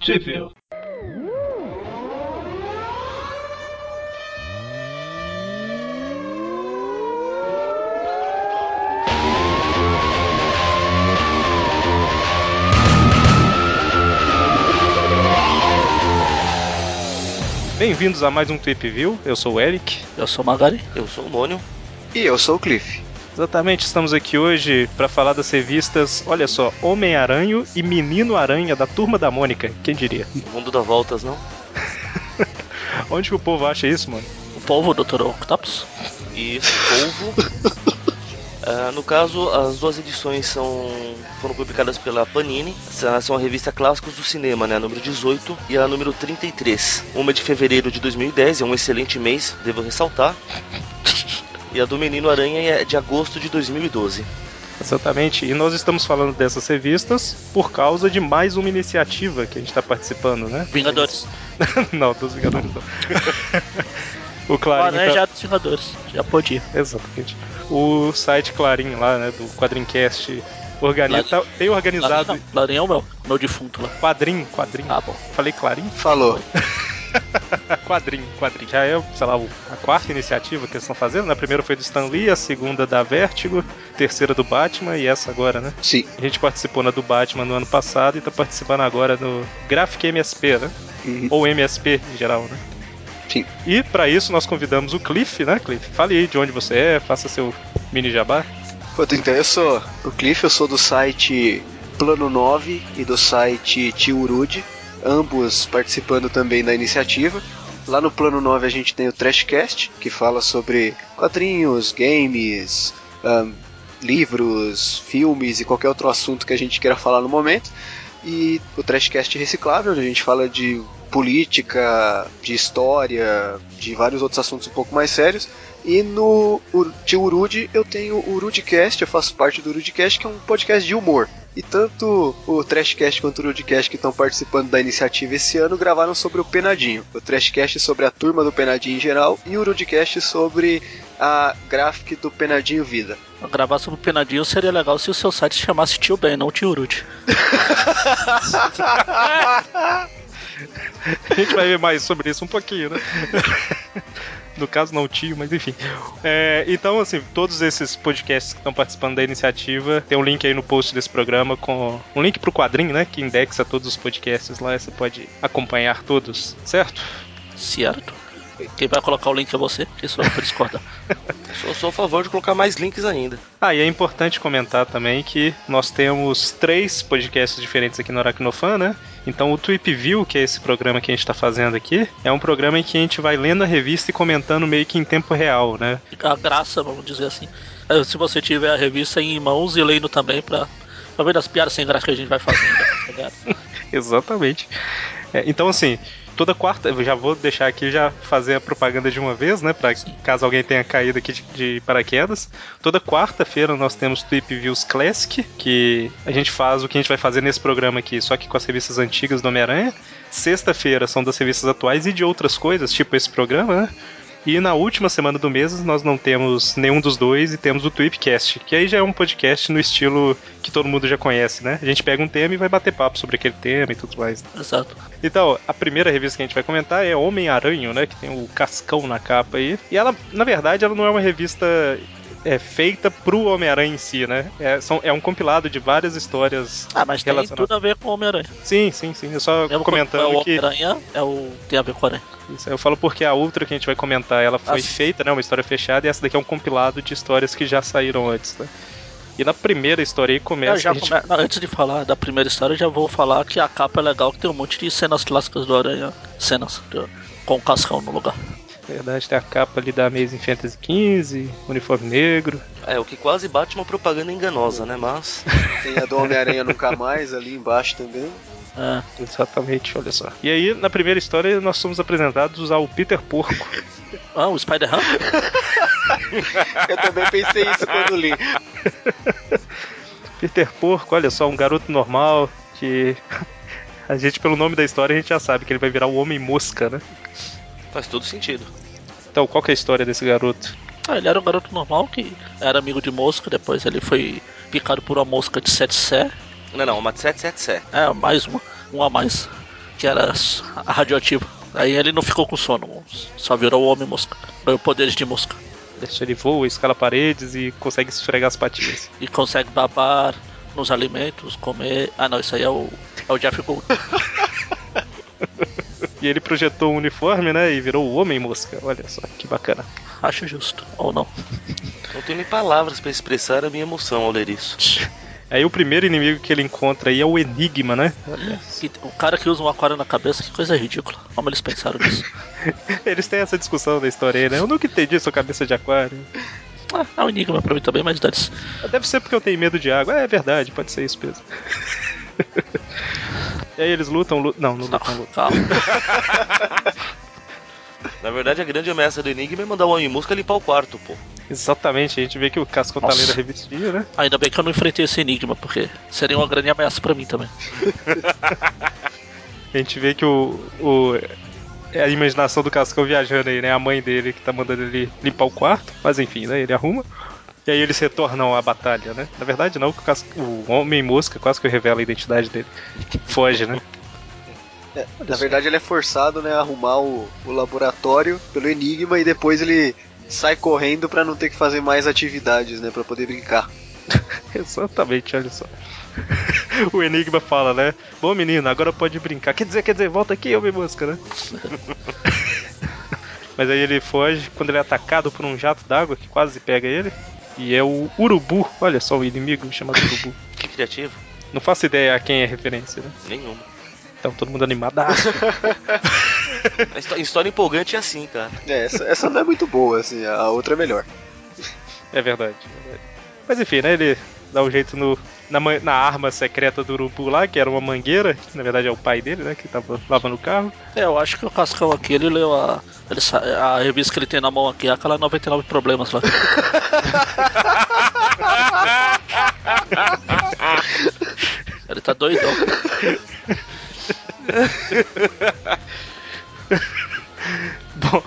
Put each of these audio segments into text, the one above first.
Sheffield. Bem-vindos a mais um Trip View. Eu sou o Eric. Eu sou o Magari. Eu sou o Mônio. E eu sou o Cliff. Exatamente, estamos aqui hoje para falar das revistas, olha só, Homem-Aranho e Menino Aranha da Turma da Mônica, quem diria? O mundo dá voltas, não? Onde que o povo acha isso, mano? O povo, Dr. Octopus. Isso, polvo. Ah, no caso, as duas edições são, foram publicadas pela Panini. Essa são a revista Clássicos do Cinema, né? A número 18 e a número 33. Uma é de fevereiro de 2010, é um excelente mês, devo ressaltar. E a do Menino Aranha é de agosto de 2012. Exatamente, e nós estamos falando dessas revistas por causa de mais uma iniciativa que a gente está participando, né? Vingadores. não, dos Vingadores não. o O Clarim. Aranha tá- já é dos Vingadores. Já podia. Exatamente. O site Clarim lá, né, do Quadrincast, organiza, tá- tem organizado. Larinha, não. Larinha é o meu. Meu defunto lá. Quadrim, quadrim. Ah, bom. Falei Clarim? Falou. quadrim, quadrim. Já é, sei lá, o- a quarta iniciativa que eles estão fazendo, né? A primeira foi do Stan Lee, a segunda da Vertigo, a terceira do Batman e essa agora, né? Sim. A gente participou na do Batman no ano passado e tá participando agora no Graphic MSP, né? Uhum. Ou MSP em geral, né? Sim. E pra isso nós convidamos o Cliff, né, Cliff? Fale aí de onde você é, faça seu mini jabá. Pô, tu interessou? O Cliff, eu sou do site Plano 9 e do site Tio Urude, ambos participando também da iniciativa. Lá no Plano 9 a gente tem o Trashcast, que fala sobre quadrinhos, games, ahn, livros, filmes e qualquer outro assunto que a gente queira falar no momento. E o Trashcast Reciclável, onde a gente fala de política, de história, de vários outros assuntos um pouco mais sérios. E no Ur- Tio Urude eu tenho o Urudcast, eu faço parte do Urudcast, que é um podcast de humor. E tanto o Trashcast quanto o Urudcast que estão participando da iniciativa esse ano gravaram sobre o Penadinho. O Trashcast sobre a turma do Penadinho em geral e o Urudcast sobre a graphic do Penadinho Vida. Gravar sobre o Penadinho seria legal se o seu site se chamasse Tio Ben, não Tio Rude. A gente vai ver mais sobre isso um pouquinho, né? No caso, não o tio, mas enfim. É, então, assim, todos esses podcasts que estão participando da iniciativa, tem um link aí no post desse programa com um link pro quadrinho, né? Que indexa todos os podcasts lá, você pode acompanhar todos, certo? Certo. Quem vai colocar o link é você, que sou eu por discordar. Sou, sou a favor de colocar mais links ainda. Ah, e é importante comentar também que nós temos três podcasts diferentes aqui no Aracnofan, né? Então o Tweep View, que é esse programa que a gente tá fazendo aqui, é um programa em que a gente vai lendo a revista e comentando meio que em tempo real, né? A graça, vamos dizer assim. É, Se você tiver a revista em mãos e lendo também pra, pra ver das piadas sem graça que a gente vai fazendo. tá ligado? Exatamente. É, então, assim, toda quarta, eu já vou deixar aqui já fazer a propaganda de uma vez, né? Pra caso alguém tenha caído aqui de, de paraquedas. Toda quarta-feira nós temos Tweep Views Classic, que a gente faz o que a gente vai fazer nesse programa aqui, só que com as revistas antigas do Homem-Aranha. Sexta-feira são das revistas atuais e de outras coisas, tipo esse programa, né? E na última semana do mês nós não temos nenhum dos dois e temos o Tweepcast, que aí já é um podcast no estilo que todo mundo já conhece, né? A gente pega um tema e vai bater papo sobre aquele tema e tudo mais. Exato. Então, a primeira revista que a gente vai comentar é Homem-Aranho, né? Que tem o cascão na capa aí. E ela, na verdade, ela não é uma revista é, feita pro Homem-Aranha em si, né? É, são- é um compilado de várias histórias. Ah, mas tem Relacionado. tudo a ver com o Homem-Aranha. Sim, sim, sim. Eu só Mesmo comentando quando é o que. Homem-Aranha é o... tem a ver com o Aranha. Isso, eu falo porque a outra que a gente vai comentar, ela foi Ah, sim. feita, né? Uma história fechada, e essa daqui é um compilado de histórias que já saíram antes, né? E na primeira história aí começa. Eu É, já a gente- come- não, antes de falar da primeira história, eu já vou falar que a capa é legal, que tem um monte de cenas clássicas do Aranha. Cenas do- com o cascão no lugar. Verdade, tem a capa ali da Amazing Fantasy XV, uniforme negro. É, o que quase bate uma propaganda enganosa, né? Mas. Tem a do Homem-Aranha Nunca Mais ali embaixo também. É, Exatamente, olha só. E aí, na primeira história, nós somos apresentados ao Peter Porco. Ah, o Spider-Man? Eu também pensei isso quando li. Peter Porco, olha só, um garoto normal que. A gente, pelo nome da história, a gente já sabe que ele vai virar o Homem Mosca, né? Faz todo sentido. Então, qual que é a história desse garoto? Ah, ele era um garoto normal que era amigo de mosca, depois ele foi picado por uma mosca de sete sé. Não, não, uma de 777. É, mais uma, uma a mais. que era radioativa. Aí ele não ficou com sono, só virou o homem mosca. Ganhou poderes de mosca. Deixa ele voa, escala paredes e consegue esfregar as patinhas. E consegue babar nos alimentos, comer. Ah não, isso aí é o, é o Jeff Gold. E ele projetou o uniforme, né? E virou o Homem Mosca. Olha só, que bacana. Acho justo, ou não. Não tenho nem palavras pra expressar a minha emoção ao ler isso. Aí o primeiro inimigo que ele encontra aí é o Enigma, né? E o cara que usa um aquário na cabeça, que coisa ridícula. Como eles pensaram nisso? Eles têm essa discussão da história aí, né? Eu nunca entendi sua cabeça de aquário. Ah, é um enigma pra mim também, mas dane-se. Deve ser porque eu tenho medo de água. É, é verdade, pode ser isso mesmo. e aí eles lutam, lutam. Não, não Não, lutam, lutam. calma. Na verdade, a grande ameaça do Enigma é mandar o Homem Mosca limpar o quarto, pô. Exatamente, a gente vê que o Casco tá Nossa. lendo a revistinha, né? Ainda bem que eu não enfrentei esse enigma, porque seria uma grande ameaça pra mim também. A gente vê que o. o é a imaginação do Cascão viajando aí, né? A mãe dele que tá mandando ele limpar o quarto, mas enfim, né? Ele arruma. E aí eles retornam à batalha, né? Na verdade, não, que o, Cas- o Homem Mosca quase que revela a identidade dele. Foge, né? Na verdade, ele é forçado né, a arrumar o, o laboratório pelo Enigma e depois ele sai correndo pra não ter que fazer mais atividades, né? Pra poder brincar. Exatamente, olha só. o Enigma fala, né? Bom menino, agora pode brincar. Quer dizer, quer dizer, volta aqui, Homem Mosca, né? Mas aí ele foge quando ele é atacado por um jato d'água que quase pega ele. E é o Urubu, olha só o inimigo chamado Urubu. Que criativo. Não faço ideia a quem é referência, né? Nenhuma. Então todo mundo animado. A histó- história empolgante é assim, cara. É, essa, essa não é muito boa, assim, a outra é melhor. É verdade. é verdade. Mas enfim, né? Ele dá um jeito no, na, man- na arma secreta do urubu lá, que era uma mangueira, que na verdade é o pai dele, né? Que tava lavando o carro. É, eu acho que o Cascão aqui, ele leu a, ele sa- a revista que ele tem na mão aqui, é aquela 99 Problemas lá. ele tá doidão. Bom.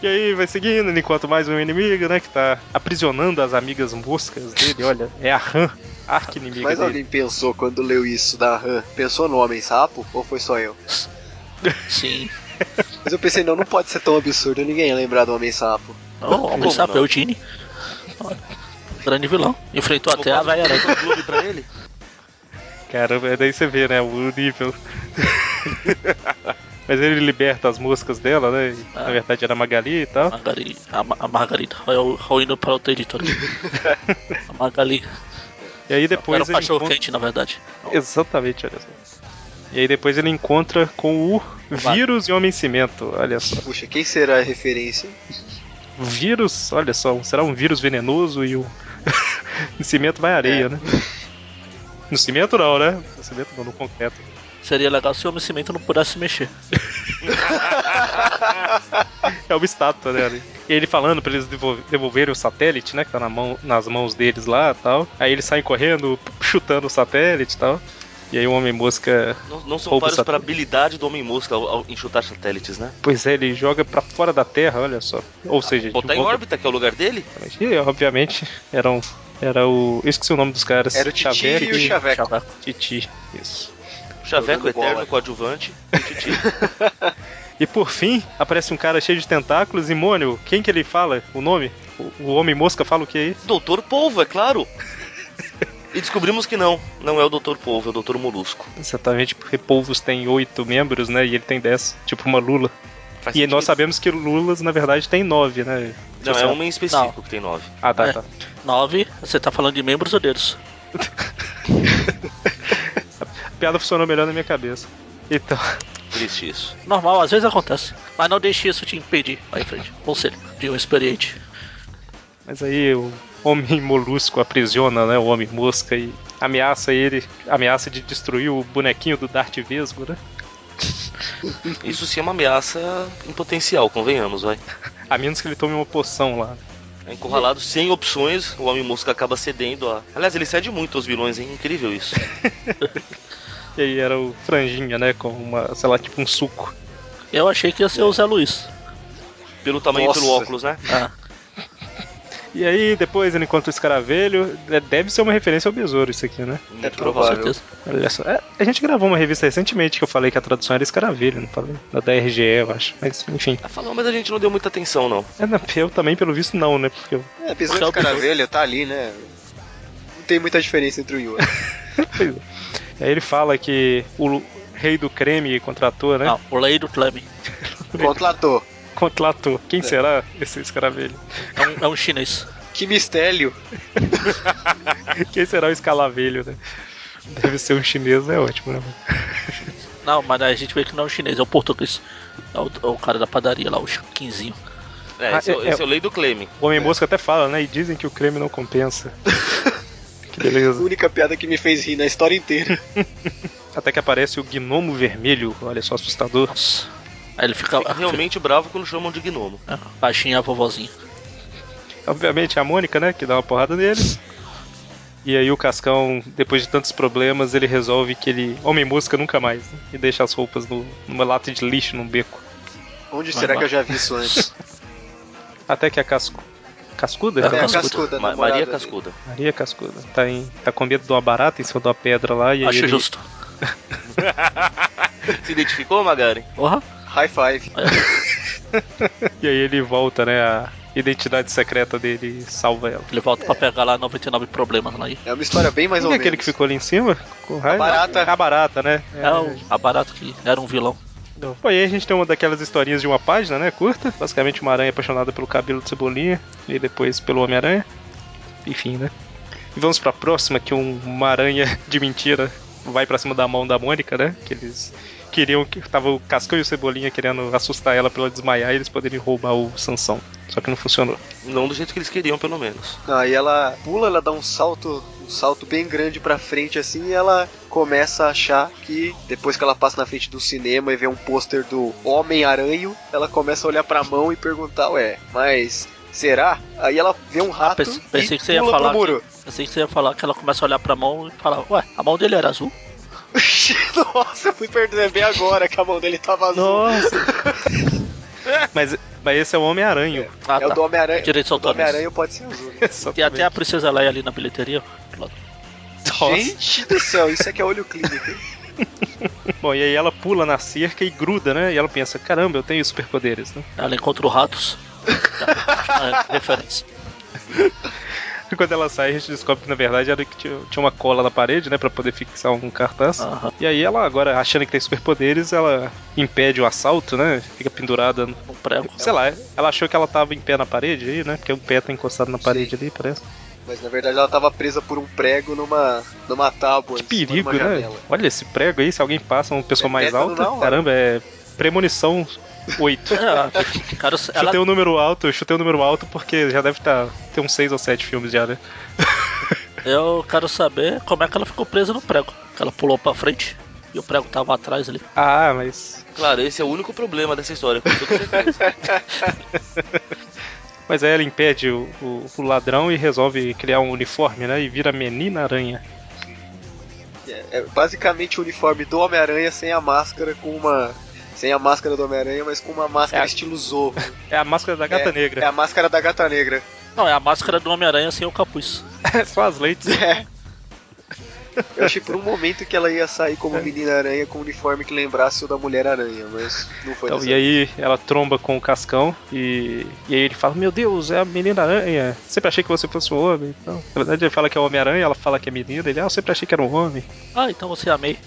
E aí vai seguindo, ele encontra mais um inimigo, né? Que tá aprisionando as amigas moscas dele, olha. É a Han, arque inimiga Mas dele. alguém pensou quando leu isso da Han? Pensou no Homem Sapo? Ou foi só eu? Sim. Mas eu pensei, não, não pode ser tão absurdo ninguém lembrar do Homem Sapo. Não, o homem Como sabe, não? é o Gini. Grande vilão. Enfrentou até a velha aranha. clube pra ele. Caramba, daí você vê, né? O nível. Mas ele liberta as moscas dela, né? e, Ah. Na verdade era a Magali e tal. Margari- a, Ma- a Margarida. Olha eu, eu indo para outra editora. A Margali. E aí Era um depois ele cachorro encontra... quente, na verdade. Exatamente, olha só. E aí depois ele encontra com o Vírus e Homem Cimento, olha só. Puxa, quem será a referência? Um Vírus, olha só, será um vírus venenoso e o. no cimento vai areia, É. né? No cimento não, né? No cimento não, no concreto. Seria legal se o homem cimento não pudesse se mexer. É uma estátua, né? ali. E ele falando pra eles devol- devolverem o satélite, né? Que tá na mão, nas mãos deles lá tal. Aí eles saem correndo, chutando o satélite e tal. E aí o homem mosca. Não, não são Rouba páreos essa- para a habilidade do Homem Mosca ao, ao, em chutar satélites, né? Pois é, ele joga pra fora da Terra, olha só. Ah, Ou seja, de Botar em volta- órbita, que é o lugar dele? E obviamente eram. Era o. Eu esqueci o nome dos caras. Era o Titi Xavier e o Chaveco. Chaveco. Titi. Isso. O Chaveco Jogando bola. Eterno, coadjuvante. o Titi. E por fim, aparece um cara cheio de tentáculos e Mônio, quem que ele fala? O nome? O, o homem mosca fala o que aí? Doutor Polvo, é claro. E descobrimos que não. Não é o Doutor Polvo, é o Doutor Molusco. Exatamente, porque polvos tem oito membros, né? E ele tem dez, tipo uma lula. Faz E é sentido. nós sabemos que lulas, na verdade, tem nove, né? Não, é Você- um em específico que tem nove. Ah, tá, É. tá. 9, você tá falando de membros ou dedos? A piada funcionou melhor na minha cabeça. Então, Triste isso. Normal, às vezes acontece. Mas não deixe isso te impedir. Vai em frente. Conselho de um experiente. mas aí o homem molusco aprisiona, né? O homem mosca e ameaça ele, ameaça de destruir o bonequinho do Dart Vesgo, né? Isso sim é uma ameaça em potencial, convenhamos, vai. A menos que ele tome uma poção lá. É encurralado sem opções, o Homem Mosca acaba cedendo a. Aliás, ele cede muito aos vilões, hein? Incrível isso. E aí era o franjinha, né? Com uma, sei lá, tipo um suco. Eu achei que ia ser o Zé Luiz. Pelo tamanho Nossa. É e pelo óculos, né? Ah, E aí, depois ele encontra o escaravelho. De- é, Deve ser uma referência ao besouro, isso aqui, né? Muito Com provável. certeza. Olha só. É, a gente gravou uma revista recentemente que eu falei que a tradução era escaravelho, não falei? Da da RGE, eu acho. Mas, enfim. Ah, falou, mas a gente não deu muita atenção, não. É, não, Eu também, pelo visto, não, né? Porque eu... É, besouro Porque é o de caravelho tá ali, né? Não tem muita diferença entre um o Yuan. Pois é. Aí ele fala que o rei do creme contratou, né? Não, o Lei do Clem. Contratou. Contratou. Quem será esse escaravelho? É um, é um chinês. Que mistério. Quem será o escalavelho, né? Deve ser um chinês, é ótimo, né? Não, mas a gente vê que não é um chinês, é um português. É o, é o cara da padaria lá, o Chiquinzinho. É, Ah, esse, é, o- é- esse é o lei do Cleme. O Homem-Mosca até fala, né? E dizem que o creme não compensa. que beleza. A única piada que me fez rir na história inteira. Até que aparece o gnomo vermelho. Olha só, assustador. Nossa. Aí ele fica, Fica realmente bravo quando chamam de gnomo. fica- um é, baixinha a vovozinha. Obviamente a Mônica, né? Que dá uma porrada nele. E aí o Cascão, depois de tantos problemas, ele resolve que ele. Homem-Mosca nunca mais. né, E deixa as roupas no- numa lata de lixo, num beco. Onde Vai será lá. que eu já vi isso antes? Até que a Cascu... Cascuda? É, É, a Cascuda. Cascuda, Ma- namorada Maria dele. Cascuda. Maria Cascuda. Tá, em... tá com medo de uma barata em cima de uma pedra lá. E aí Acho ele- justo. Se identificou, Magari? Porra. High five. E aí ele volta, né? A identidade secreta dele e salva ela. Ele volta pra pegar lá 99 problemas lá. aí. É uma história bem mais Quem ou é menos. aquele que ficou ali em cima? Com raiva? A barata. A barata, né? É o a barato que era um vilão. Não. Pô, e aí a gente tem uma daquelas historinhas de uma página, né? Curta. Basicamente uma aranha apaixonada pelo cabelo do Cebolinha e depois pelo Homem-Aranha. Enfim, né? E vamos pra próxima, que um- uma aranha de mentira vai pra cima da mão da Mônica, né? Que eles queriam que tava o Cascão e o Cebolinha querendo assustar ela pra ela desmaiar e eles poderiam roubar o Sansão. Só que não funcionou. Não do jeito que eles queriam, pelo menos. Aí ela pula, ela dá um salto, um salto bem grande pra frente assim, e ela começa a achar que depois que ela passa na frente do cinema e vê um pôster do Homem-Aranho, ela começa a olhar pra mão e perguntar, ué, mas será? Aí ela vê um rato Pense- pensei e que você ia pula falar pro muro. Pensei que você ia falar que ela começa a olhar pra mão e fala, ué, a mão dele era azul? Nossa, eu fui perceber agora que a mão dele tava azul. mas, mas esse é o Homem-Aranha. Ah, É o do Homem-Aranha. Direitos O do autorais. Homem-Aranha pode ser azul. né? É. Tem até a Princesa Leia ali na bilheteria. Gente do céu, isso aqui é olho clínico. hein? Bom, e aí ela pula na cerca e gruda, né? E ela pensa, caramba, eu tenho superpoderes, né? Ela encontra o Ratos. Ah, é, referência. E quando ela sai, a gente descobre que na verdade era que tinha tinha uma cola na parede, né? Pra poder fixar um cartaz. Ah. Aham. E aí ela agora, achando que tem superpoderes, ela impede o assalto, né? Fica pendurada. no- Um prego. Sei lá, ela achou que ela tava em pé na parede aí, né? Porque o pé tá encostado na parede ali, parece. um Mas na verdade ela tava presa por um prego numa, numa tábua. Que em cima de perigo, uma né? janela. Olha esse prego aí, se alguém passa uma pessoa É mais tétano alta, na hora. caramba, é premonição 8. É, cara, ela, Chutei um número alto, eu chutei um número alto porque já deve tá, ter uns 6 ou 7 filmes já, né? eu quero saber como é que ela ficou presa no prego. Que ela pulou pra frente e o prego tava atrás ali. Ah, mas. Claro, esse é o único problema dessa história. é com toda certeza. Mas aí ela impede o, o- o ladrão e resolve criar um uniforme, né? E vira menina aranha. É, é basicamente o uniforme do Homem-Aranha sem a máscara, com uma. Sem a máscara do Homem-Aranha, mas com uma máscara É. estilo Zorro. É a máscara da gata é, É negra. a máscara da gata negra. Não, é a máscara do Homem-Aranha sem o capuz. É só as leites. É. Eu achei por um momento que ela ia sair É. como menina aranha com um uniforme que lembrasse o da Mulher Aranha, mas não foi Então, dessa e aí ela tromba com o Cascão e, e aí ele fala, meu Deus, é a menina aranha. Sempre achei que você fosse um homem. Então, na verdade ele fala que é Homem-Aranha, ela fala que é menina, ele, ah, eu sempre achei que era um homem. Ah, então você amei.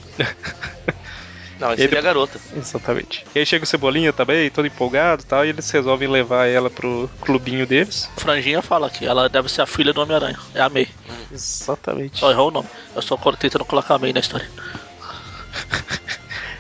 Não, esse Ele- seria a garota. Exatamente. E aí chega o Cebolinha também, todo empolgado e tal, e eles resolvem levar ela pro clubinho deles. Franjinha fala que ela deve ser a filha do Homem-Aranha. É a May. Exatamente. Só errou o nome. Eu só co- tentando colocar a May na história.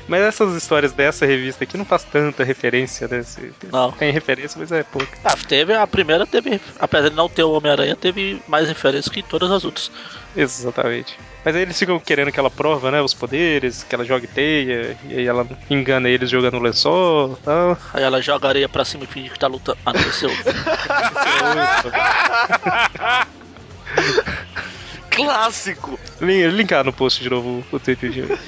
Mas essas histórias dessa revista aqui não faz tanta referência, né? Se- Não. Tem referência, mas é pouca. Ah, teve a primeira, teve. Apesar de não ter o Homem-Aranha, teve mais referência que todas as outras. Exatamente. Mas aí eles ficam querendo que ela prova, né? Os poderes, que ela jogue teia, e aí ela engana eles jogando o lençol e tal. Aí ela joga areia pra cima e finge que tá lutando. Ah, não, esse é o- Clássico! Lin- Linkar no post de novo o tweet de hoje.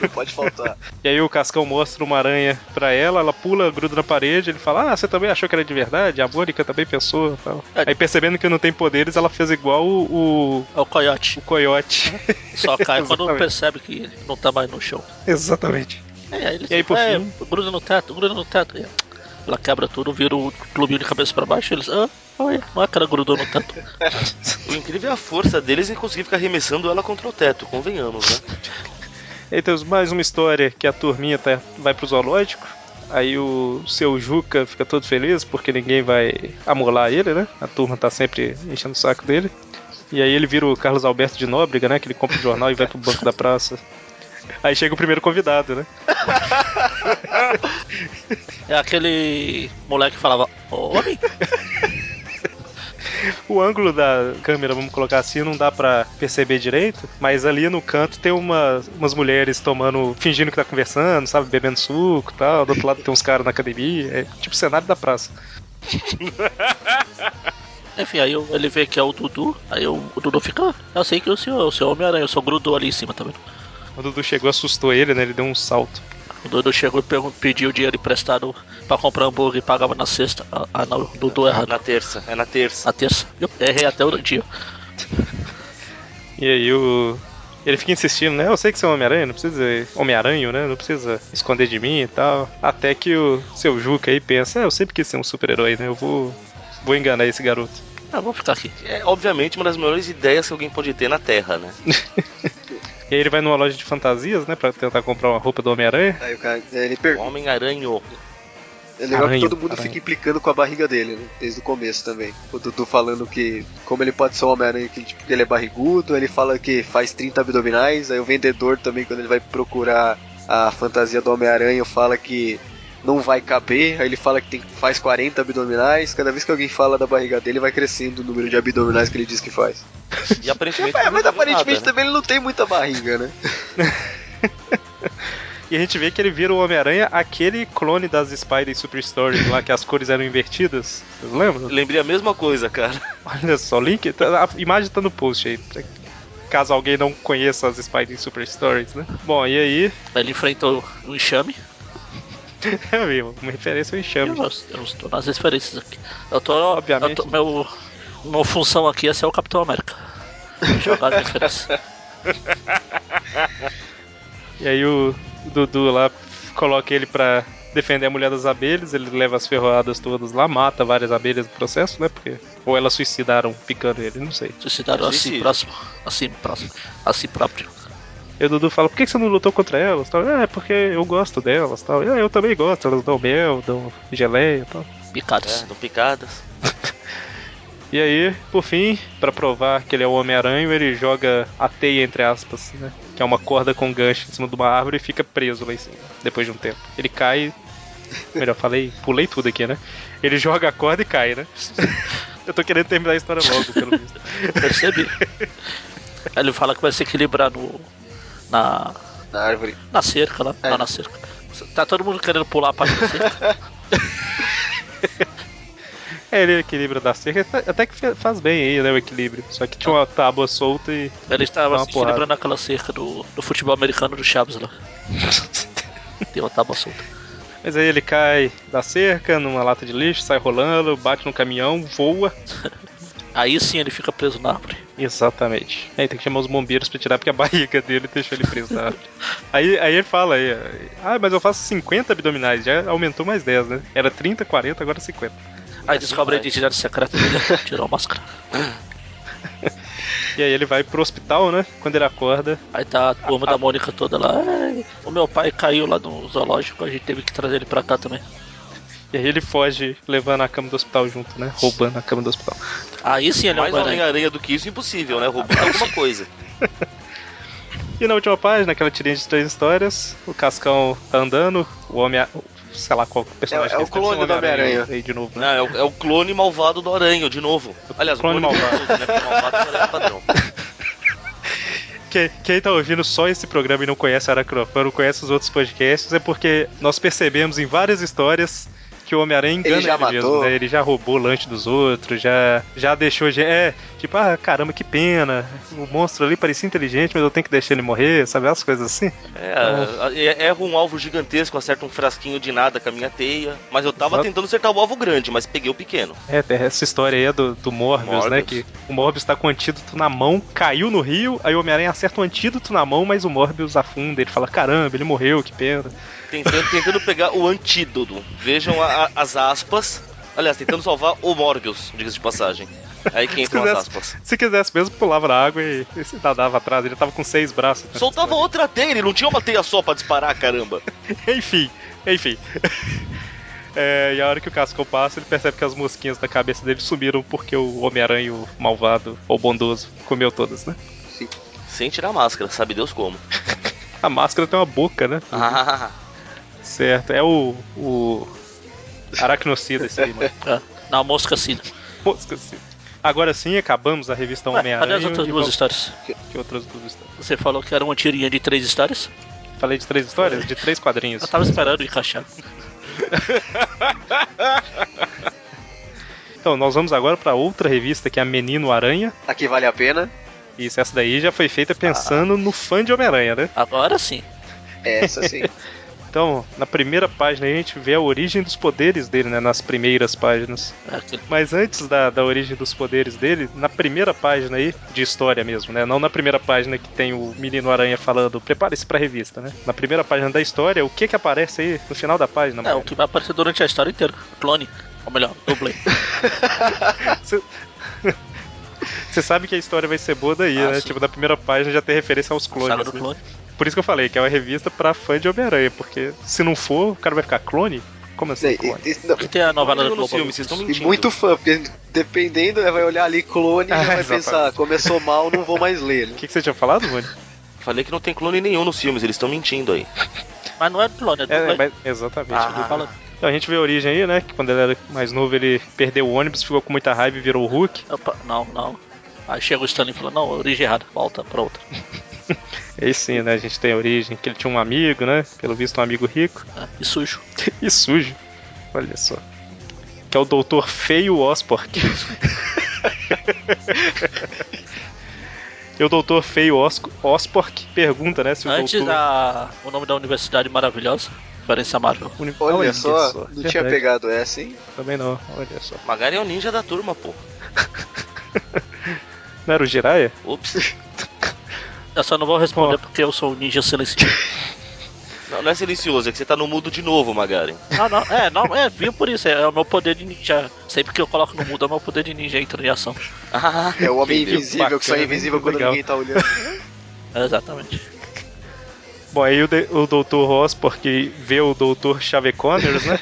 não pode faltar. E aí o Cascão mostra uma aranha pra ela, ela pula, gruda na parede, ele fala: Ah, você também achou que era de verdade? A Mônica também pensou. tal. É. Aí percebendo que não tem poderes, ela fez igual o, o, É o coiote. o coiote. Só cai quando Exatamente. percebe que não tá mais no chão. Exatamente. É, ele E aí, por é, fim? gruda no teto, gruda no teto. E Ela quebra tudo, vira o clubinho de cabeça pra baixo. Eles, ah, olha, olha que ela grudou no teto. O incrível é a força deles em conseguir ficar arremessando ela contra o teto, convenhamos, né? E aí temos mais uma história que a turminha tá, vai pro zoológico. Aí o seu Juca fica todo feliz porque ninguém vai amolar ele, né? A turma tá sempre enchendo o saco dele. E aí ele vira o Carlos Alberto de Nóbrega, né? Que ele compra o jornal e vai pro banco da praça. Aí chega o primeiro convidado, né? É aquele moleque que falava, homem? O ângulo da câmera, vamos colocar assim, não dá pra perceber direito, mas ali no canto tem uma- umas mulheres tomando, fingindo que tá conversando, sabe, bebendo suco e tal. Do outro lado tem uns caras na academia, é tipo cenário da praça. Enfim, aí eu- ele vê que é o Dudu, aí o, o Dudu fica, "Ah, eu sei que é o senhor, o senhor é Homem-Aranha, o senhor grudou ali em cima, tá vendo? O Dudu chegou, assustou ele, né? Ele deu um salto. O Dudu chegou e pergun- pediu dinheiro emprestado pra comprar hambúrguer e pagava na sexta. Ah, ah, não, o Dudu errado. Na terça, é na terça. Na terça. Eu errei até o dia. E aí o. Ele fica insistindo, né? Eu sei que você é um Homem-Aranha, não precisa. Homem-Aranha, né? Não precisa esconder de mim e tal. Até que o seu Juca aí pensa, é, eu sempre quis ser um super-herói, né? Eu vou. vou enganar esse garoto. Ah, vou ficar aqui. É, obviamente, uma das melhores ideias que alguém pode ter na Terra, né? E aí ele vai numa loja de fantasias, né? Pra tentar comprar uma roupa do Homem-Aranha. Aí o cara, ele O pergunta. Homem-Aranho. É legal Aranha, que todo mundo aranha. fica implicando com a barriga dele, né? Desde o começo também. O Dudu falando que, como ele pode ser um Homem-Aranha, que tipo, que ele é barrigudo, ele fala que faz 30 abdominais, aí o vendedor também, quando ele vai procurar a fantasia do Homem-Aranha, fala que não vai caber, aí ele fala que tem, faz 40 abdominais, cada vez que alguém fala da barriga dele, vai crescendo o número de abdominais que ele diz que faz. E aparentemente. É, não mas deu aparentemente nada, né? também ele não tem muita barriga, né? E a gente vê que ele vira o Homem-Aranha, aquele clone das Spider e Super Stories lá, que as cores eram invertidas. Vocês lembram? né? Lembrei a mesma coisa, cara. Olha só, o link. tá- A imagem tá no post aí. pra- Caso alguém não conheça as Spider e Super Stories, né? Bom, e aí. Ele enfrentou um enxame. É mesmo, uma referência ao enxame. Eu não, eu não estou nas referências aqui. Eu tô. Obviamente. Eu tô meu, minha função aqui é ser o Capitão América. Jogar minha referência. E aí o Dudu lá coloca ele pra defender a mulher das abelhas, ele leva as ferroadas todas lá, mata várias abelhas no processo, né? Porque. Ou elas suicidaram picando ele, não sei. Suicidaram Mas assim isso- próximo. Assim próximo. Assim próprio. E o Dudu fala, por que que você não lutou contra elas? Tal, é, porque eu gosto delas, tal. "É, eu também gosto, elas dão mel, dão geleia tal. Picados. É, dão picadas. E aí, por fim, pra provar que ele é o Homem-Aranha, ele joga a teia, entre aspas, né? Que é uma corda com gancho em cima de uma árvore e fica preso lá em cima, depois de um tempo. Ele cai. Melhor, falei, pulei tudo aqui, né? Ele joga a corda e cai, né? Eu tô querendo terminar a história logo, pelo visto. Percebi. Ele fala que vai se equilibrar no. Na. Na árvore. Na cerca lá. É. Lá na cerca. Tá todo mundo querendo pular a parte da cerca. É, ele equilibra da cerca, até que fe- faz bem aí, né? O equilíbrio. Só que tinha uma tábua solta e. Ele estava Dá uma se porrada. equilibrando naquela cerca do, do futebol americano do Chaves lá. Tem uma tábua solta. Mas aí ele cai da cerca, numa lata de lixo, sai rolando, bate no caminhão, voa. Aí sim ele fica preso na árvore. Exatamente. Aí tem que chamar os bombeiros pra tirar, porque a barriga dele deixou ele preso na árvore. aí, aí ele fala aí, ah, mas eu faço 50 abdominais, já aumentou mais 10, né? Era 30, 40, agora 50. Aí descobre a identidade secreta dele, tirou a máscara. E aí ele vai pro hospital, né? Quando ele acorda, Aí tá a turma da Mônica toda lá. "Ai, O meu pai caiu lá no zoológico, a gente teve que trazer ele pra cá também. e aí ele foge levando a cama do hospital junto, né? Roubando a cama do hospital. Aí sim ele é um Mais homem Homem-Aranha do que isso, impossível, né? Roubando alguma coisa. E na última página, aquela tirinha de três histórias, o Cascão tá andando, o homem. Sei lá qual personagem É- que é o ele tem, clone deve ser o do Homem-Aranha. Aí de novo, né? Não, é o, é o clone malvado do Aranha, de novo. Aliás, o Clone clone, malvado, né? Porque malvado do Aranha é padrão. Quem, quem tá ouvindo só esse programa e não conhece Aracnofã, não conhece os outros podcasts, é porque nós percebemos em várias histórias que o Homem-Aranha engana Ele ele, já matou. mesmo, né? Ele já roubou o lanche dos outros, já, já deixou. de- É, tipo, ah, caramba, que pena. O monstro ali parecia inteligente, mas eu tenho que deixar ele morrer, sabe? As coisas assim. É, a- a- erro um alvo gigantesco, acerta um frasquinho de nada com a minha teia. Mas eu tava Exato. tentando acertar o alvo grande, mas peguei o pequeno. É, tem essa história aí é do, do Morbius, Morbius. né? Que o Morbius tá com o antídoto na mão, caiu no rio, aí o Homem-Aranha acerta o antídoto na mão, mas o Morbius afunda. Ele fala: caramba, ele morreu, que pena. Tentando, tentando pegar o antídoto. Vejam a- a- as aspas. Aliás, tentando salvar o Morbius, diga-se de passagem. Aí que entram as aspas. Se quisesse mesmo, pulava na água e, e se nadava atrás. Ele tava com seis braços. né? um. Soltava outra teia, ele não tinha uma teia só pra disparar, caramba. Enfim, enfim. É, e a hora que o Casco passa, ele percebe que as mosquinhas da cabeça dele sumiram porque o Homem-Aranha, o malvado ou bondoso, comeu todas, né? Sem tirar a máscara, sabe Deus como. A máscara tem uma boca, né? Ah, Certo, é o. o aracnocida esse aí, né? mano. É, na mosca sim. Mosca, sim. Agora sim, acabamos a revista Ué, cadê Homem-Aranha. as outras e duas vamos- histórias? que outras duas histórias? Você falou que era uma tirinha de três histórias? Falei de três histórias? De três quadrinhos. Eu tava esperando encaixar. Então, nós vamos agora para outra revista que é a Menino Aranha. Aqui vale a pena. Isso, essa daí já foi feita pensando no fã de Homem-Aranha, né? Agora sim. É, Essa sim. Então, na primeira página a gente vê a origem dos poderes dele, né? Nas primeiras páginas. É aquele- Mas antes da, da origem dos poderes dele, na primeira página aí, de história mesmo, né? Não na primeira página que tem o Menino Aranha falando, prepare-se pra revista, né? Na primeira página da história, o que que aparece aí no final da página? É, mano? o que vai aparecer durante a história inteira. Clone. Ou melhor, dublê. Você sabe que a história vai ser boa daí, Ah, né? sim. Tipo, na primeira página já tem referência aos clones. Saga do né? clone. Por isso que eu falei que é uma revista pra fã de Homem-Aranha, porque se não for, o cara vai ficar clone? Como assim, E- clone? e- e- não, Que tem a novela do no Globo. filme, vocês estão E mentindo. muito fã, porque dependendo, né, vai olhar ali clone e Ah, já vai exatamente. pensar, começou mal, não vou mais ler. O né? que, que você tinha falado, mano? Falei que não tem clone nenhum nos filmes, eles estão mentindo aí. Mas não é clone, é É, dublê. É mas- exatamente. Ah. ele fala- Então, a gente vê a origem aí, né? Que quando ele era mais novo, ele perdeu o ônibus, ficou com muita raiva e virou o Hulk. Opa, não, não. Aí chega o Stanley e fala, não, origem errada, volta pra outra. E aí sim, né? A gente tem a origem que ele tinha um amigo, né? Pelo visto, um amigo rico É, e sujo. e sujo. Olha só. Que é o Doutor Feio Osbork. e o Doutor Feio Os Osbork pergunta, né? Se o Antes doutor... a, o nome da universidade maravilhosa, referência a Marvel. Uni- Olha, só, não Verdade, tinha pegado essa, hein? Também não, olha só. Magari é o ninja da turma, pô. Não era o Jiraiya? Ops. Eu só não vou responder Ó. porque eu sou um ninja silencioso. Não, não é silencioso, é que você tá no mudo de novo, Magari. Ah, não, é, não, é, viu por isso, é, o meu poder de ninja. Sempre que eu coloco no mudo é o meu poder de ninja entra em ação. Ah, É o homem Entendeu? invisível, que só é Bacana, invisível muito quando legal. ninguém tá olhando. É, exatamente. Bom, aí o, de, o Dr. Osborn que vê o Dr. Xavier Connors, né?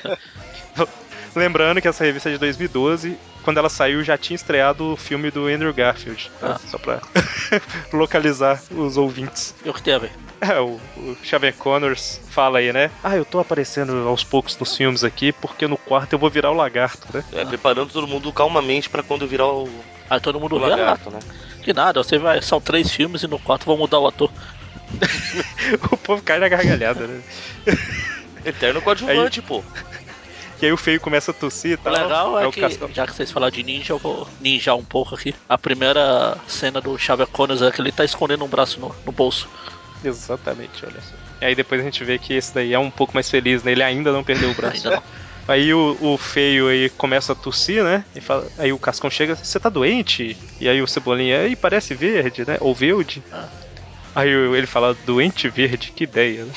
Lembrando que essa revista é de 2012, quando ela saiu já tinha estreado o filme do Andrew Garfield, tá? Ah. só pra localizar os ouvintes. E o que tem a ver? É, o, o Xavier Connors fala aí, né? Ah, eu tô aparecendo aos poucos nos filmes aqui, porque no quarto eu vou virar o lagarto, né? é, preparando todo mundo calmamente pra quando virar o, o Aí todo mundo vê, ah, lagarto, né? que nada, você vai, são três filmes e no quarto vão mudar o ator. o povo cai na gargalhada, né? Eterno coadjuvante, pô. E aí o feio começa a tossir e O tal. legal é o que, Cascão. já que vocês falaram de ninja, eu vou ninjar um pouco aqui. A primeira cena do Xavier Connors é que ele tá escondendo um braço no, no bolso. Exatamente, olha só. E aí depois a gente vê que esse daí é um pouco mais feliz, né? Ele ainda não perdeu o braço. Ainda não. aí o, o feio aí começa a tossir, né? E fala- aí o Cascão chega, você tá doente? E aí o Cebolinha, aí parece verde, né? Ou verde. Ah. Aí o- ele fala, doente verde, que ideia, né?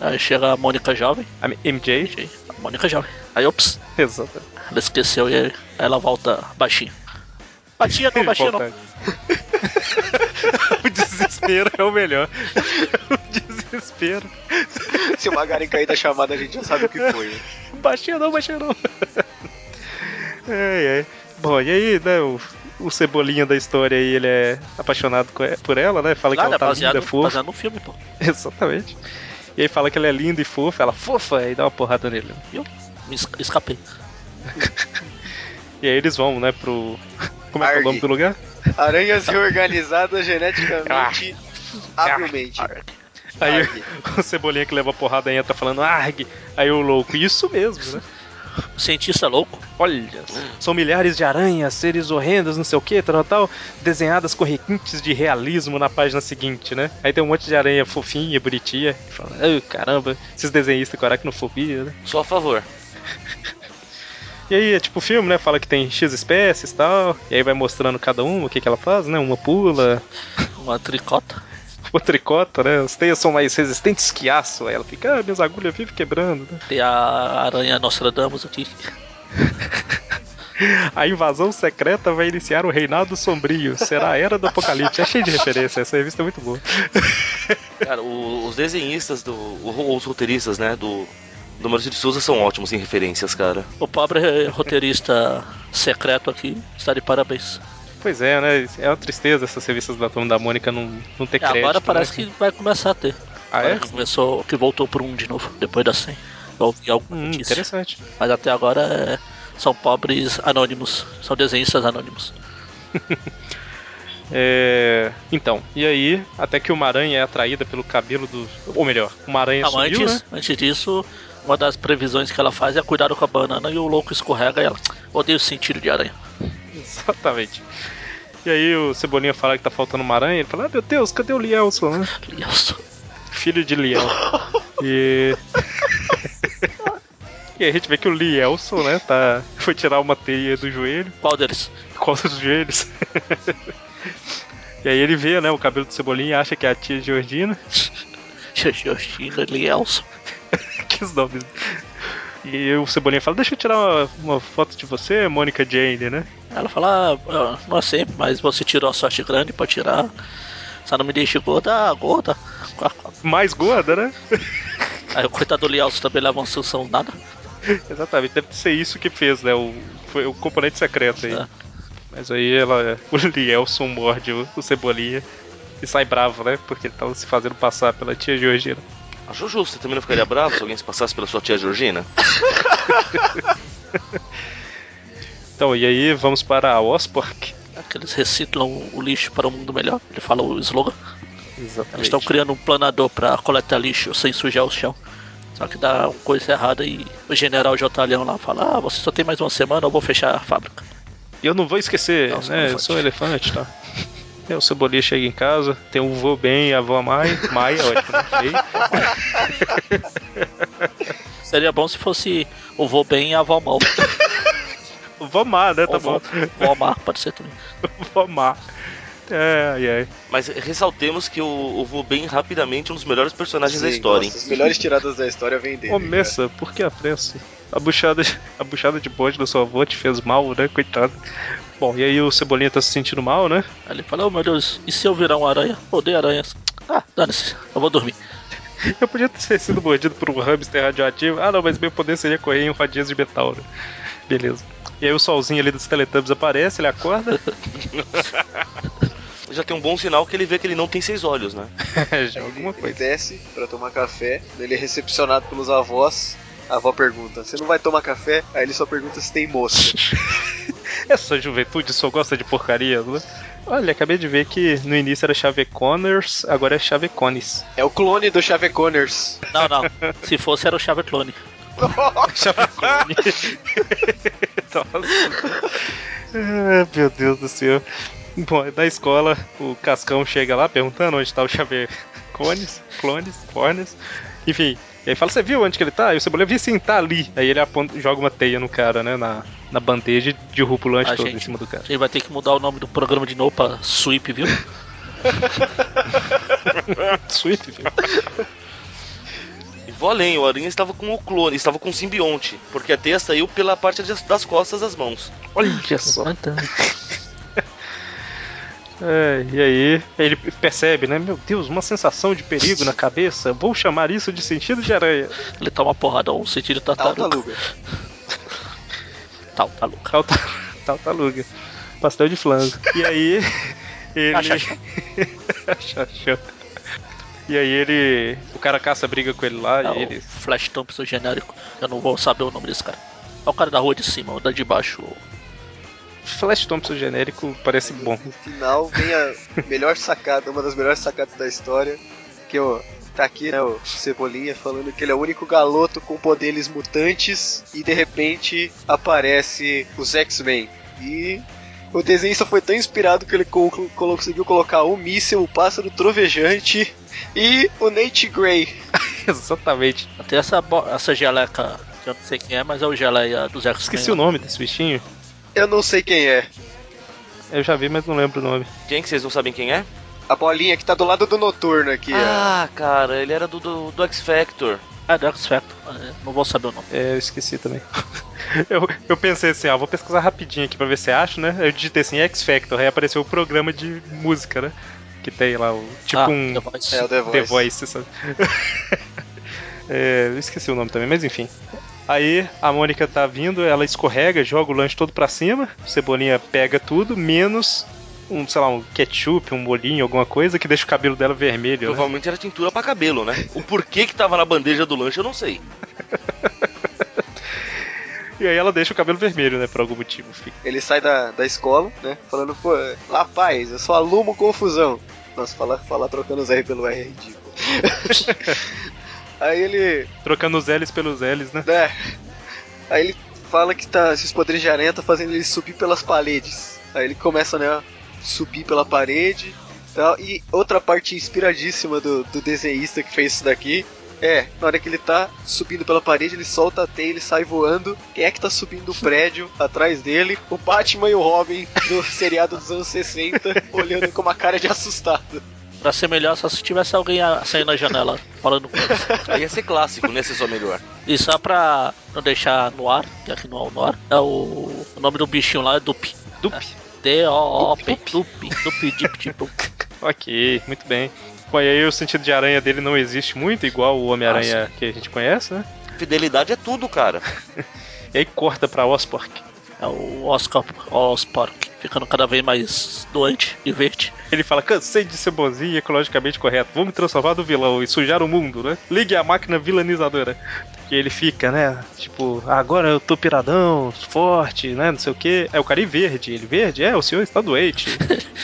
Aí chega a Mônica Jovem. A MJ, Gente, a Mônica Jovem. Aí, ops, exatamente. ela esqueceu e aí ela volta baixinho. Baixinha Tá não, baixinha não. o desespero é o melhor. o desespero. Se o Magari cair da chamada, a gente já sabe o que foi. né? Baixinha não, baixinha não. Ai, ai. Bom, e aí, né, o, o Cebolinha da história aí, ele é apaixonado co- por ela, né? Fala que Claro, ela é tá linda, baseado, fofa. baseado no filme, pô. Exatamente. E aí fala que ela é linda e fofa, ela fofa, e dá uma porrada nele. Me es- escapei. E aí eles vão, né, pro... Como é que é o Arg. nome do lugar? Aranhas Então. Ah. reorganizadas geneticamente, habilmente. Aí Arg. tá o Cebolinha que leva a porrada entra falando arg. Aí o louco, isso mesmo, né? Cientista louco. Olha, são milhares de aranhas, seres horrendos, não sei o que, tal, tal, desenhadas com requintes de realismo na página seguinte, né? Aí tem um monte de aranha fofinha, bonitinha, e fala, "Ai, caramba, esses desenhistas com aracnofobia, né? Só a favor. E aí é tipo o filme, né? Fala que tem X espécies e tal, e aí vai mostrando cada uma, o que, que ela faz, né? Uma pula, Uma tricota. uma tricota, né? As teias são mais resistentes que aço, aí ela fica, ah, minhas agulhas vivem quebrando, né? Tem a aranha Nostradamus aqui. A invasão secreta vai iniciar o reinado sombrio. Será a era do apocalipse. É cheio de referência, essa revista é muito boa. Cara, o- os desenhistas, do, ou os roteiristas, né, do, do Maurício de Souza são ótimos em referências, cara. O pobre roteirista secreto aqui está de parabéns. Pois é, né? É uma tristeza essas revistas da Turma da Mônica não, não ter E crédito. É, agora parece né? que vai começar a ter. Ah, é? Agora que começou, que voltou pro 1 de novo, depois da 100. Eu ouvi alguma Hum, notícia. interessante. Mas até agora é, são pobres anônimos. São desenhistas anônimos. É, Então, e aí, até que uma aranha é atraída pelo cabelo do. Ou melhor, uma aranha Não, sumiu, antes, né? antes disso, uma das previsões que ela faz é cuidado com a banana e o louco escorrega e ela. Odeio o sentido de aranha. Exatamente. E aí o Cebolinha fala que tá faltando uma aranha, ele fala, ah, meu Deus, cadê o Lielson? né? Lielson. Filho de Liel. E. E aí a gente vê que o Lielson, né, tá... foi tirar uma teia do joelho, Qual deles? cola dos joelhos. E aí ele vê, né, o cabelo do Cebolinha e acha que é a tia Georgina. Georgina Lielson. que os nomes. E o Cebolinha fala, deixa eu tirar uma, uma foto de você, Mônica Jane, né? Ela fala, ah, não é sempre, mas você tirou a sorte grande pra tirar. Só não me deixe gorda, ah, gorda. Mais gorda, né? Aí o coitado do Lielson também leva uma sanção nada. Exatamente, deve ser isso que fez, né? O, foi o componente secreto aí. É. Mas aí ela, o Lielson morde o, o Cebolinha e sai bravo, né? Porque ele tava se fazendo passar pela tia Georgina. Acho justo, você também não ficaria bravo se alguém se passasse pela sua tia Georgina? Então, e aí vamos para a Ospork. Aqueles reciclam o lixo para um mundo melhor. Ele fala o slogan. Eles Exatamente. estão criando um planador para coletar lixo sem sujar o chão. Só que dá uma coisa errada e o general Jotalhão lá fala: Ah, você só tem mais uma semana, eu vou fechar a fábrica. E eu não vou esquecer, Nossa, né? elefante. Eu sou um elefante, tá? E aí o Cebolinha chega em casa, tem o vô bem e a avó Mai. Mai é ótimo, né? Ei, Seria bom se fosse o vô bem e a avó mal. Vó Má, né? Tá Ou vó, bom. vó má, pode ser também. Vó Má. É, ai, ai. Mas ressaltemos que o, o Vô bem rapidamente é um dos melhores personagens da Sim, história, nossa, hein? as melhores tiradas da história vem dele. cara. Começa, por que a pressa? A buchada, a buchada de bode do seu avô te fez mal, né? Coitado. Bom, e aí o Cebolinha tá se sentindo mal, né? Aí ele fala: Oh meu Deus, e se eu virar uma aranha? Odeio aranhas. Ah, dane-se, eu vou dormir. Eu podia ter sido mordido por um hamster radioativo. Ah, não, mas meu poder seria correr em rodinhas de metal, né? Beleza. E aí o solzinho ali dos Teletubbies aparece, ele acorda. Já tem um bom sinal que ele vê que ele não tem seis olhos, né? Já Ele, alguma ele coisa. desce pra tomar café, ele é recepcionado pelos avós. A avó pergunta: Você não vai tomar café? Aí ele só pergunta se tem moça. Essa juventude só gosta de porcaria, né? Olha, acabei de ver que no início era Chave Connors, agora é Chave Cones. É o clone do Chave Connors. Não, não, se fosse era o Chave Clone. Chave Cone. Nossa. Ah, meu Deus do céu. Bom, da escola, o Cascão chega lá perguntando onde tá o Xavier Cones, Clones, Cornes. Enfim, e aí fala: Você viu onde que ele tá? Aí o Cebolinha vi sim, tá ali. Aí ele aponta, joga uma teia no cara, né? Na, na bandeja e derruba o lanche A todo em gente- cima do cara. A gente vai ter que mudar o nome do programa de novo pra Sweep, viu? Swift, viu? E vou além, o Aranha estava com o clone, estava com o simbionte, porque a teia saiu pela parte das- das costas das mãos. Olha só. É, e aí ele percebe, né? Meu Deus, uma sensação de perigo na cabeça. Vou chamar isso de sentido de aranha. Ele toma porrada, um sentido Tá Tal tartaruga. Tá um taluga. Tal, Tal, taluca. tal, tal taluga. Pastel de flango. E aí. Ele. Achachá. Achachá. e aí ele. O cara caça briga com ele lá É e o ele. Flash Thompson genérico. Eu não vou saber o nome desse cara. É o cara da rua de cima, o da de baixo. Flash Thompson genérico parece bom. No final vem a melhor sacada, uma das melhores sacadas da história. Que eu. tá aqui, né, o Cebolinha, falando que ele é o único galoto com poderes mutantes e de repente aparece os X-Men. E o desenho só foi tão inspirado que ele co- co- conseguiu colocar o míssel, o pássaro trovejante e o Nate Gray. Exatamente. Até essa, bo- essa geleca, que eu não sei quem é, mas é o geleia dos X-Men. Esqueci o nome desse bichinho. Eu não sei quem é. Eu já vi, mas não lembro o nome. Quem que vocês não sabem quem é? A bolinha que tá do lado do noturno aqui. é. ó. Ah, cara, ele era do, do, do X Factor. É, do X-Factor. É, Não vou saber o nome. É, eu esqueci também. eu, eu pensei assim, ó, vou pesquisar rapidinho aqui pra ver se acho, né? Eu digitei assim, X Factor, aí apareceu o programa de música, né? Que tem lá, o, tipo Ah, um The Voice. É o The The Voice. Voice, sabe? É, eu esqueci o nome também, mas enfim. Aí a Mônica tá vindo, ela escorrega, joga o lanche todo pra cima, o Cebolinha pega tudo, menos um, sei lá, um ketchup, um bolinho, alguma coisa que deixa o cabelo dela vermelho. né? Provavelmente era tintura pra cabelo, né? O porquê que tava na bandeja do lanche eu não sei. E aí ela deixa o cabelo vermelho, né? Por algum motivo. Fica- Ele sai da, da escola, né? Falando, pô, rapaz, eu sou aluno confusão. Nossa, falar falar trocando os R pelo R é ridículo. Aí ele. Trocando os L's pelos L's, né? né? Aí ele fala que tá, esses poderes de aranha tá fazendo ele subir pelas paredes. Aí ele começa, né, a subir pela parede e tal. E outra parte inspiradíssima do, do desenhista que fez isso daqui é, na hora que ele tá subindo pela parede, ele solta a teia, ele sai voando. Quem é que tá subindo o prédio atrás dele? O Batman e o Robin do seriado dos anos 60, olhando com uma cara de assustado. Pra ser melhor, só se tivesse alguém a- saindo na janela falando com eles. Aí ia ser clássico, né? Ser só melhor. E só pra não deixar no ar, que aqui não é no ar, é o, o nome do bichinho lá é Dupi. Dup. D-O-O-P. Dupi. Dupi, Dip, Dip. Ok, muito bem. Bom, e aí o sentido de aranha dele não existe muito, igual o Homem-Aranha que a gente conhece, né? Fidelidade é tudo, cara. E aí corta pra Osbork. É o Oscar Ospark, ficando cada vez mais doente e verde. Ele fala, cansei de ser bonzinho e ecologicamente correto, vou me transformar no vilão e sujar o mundo, né? Ligue a máquina vilanizadora. E ele fica, né? Tipo, agora eu tô piradão, forte, né? Não sei o quê. É o cara e verde. Ele verde? É, o senhor está doente.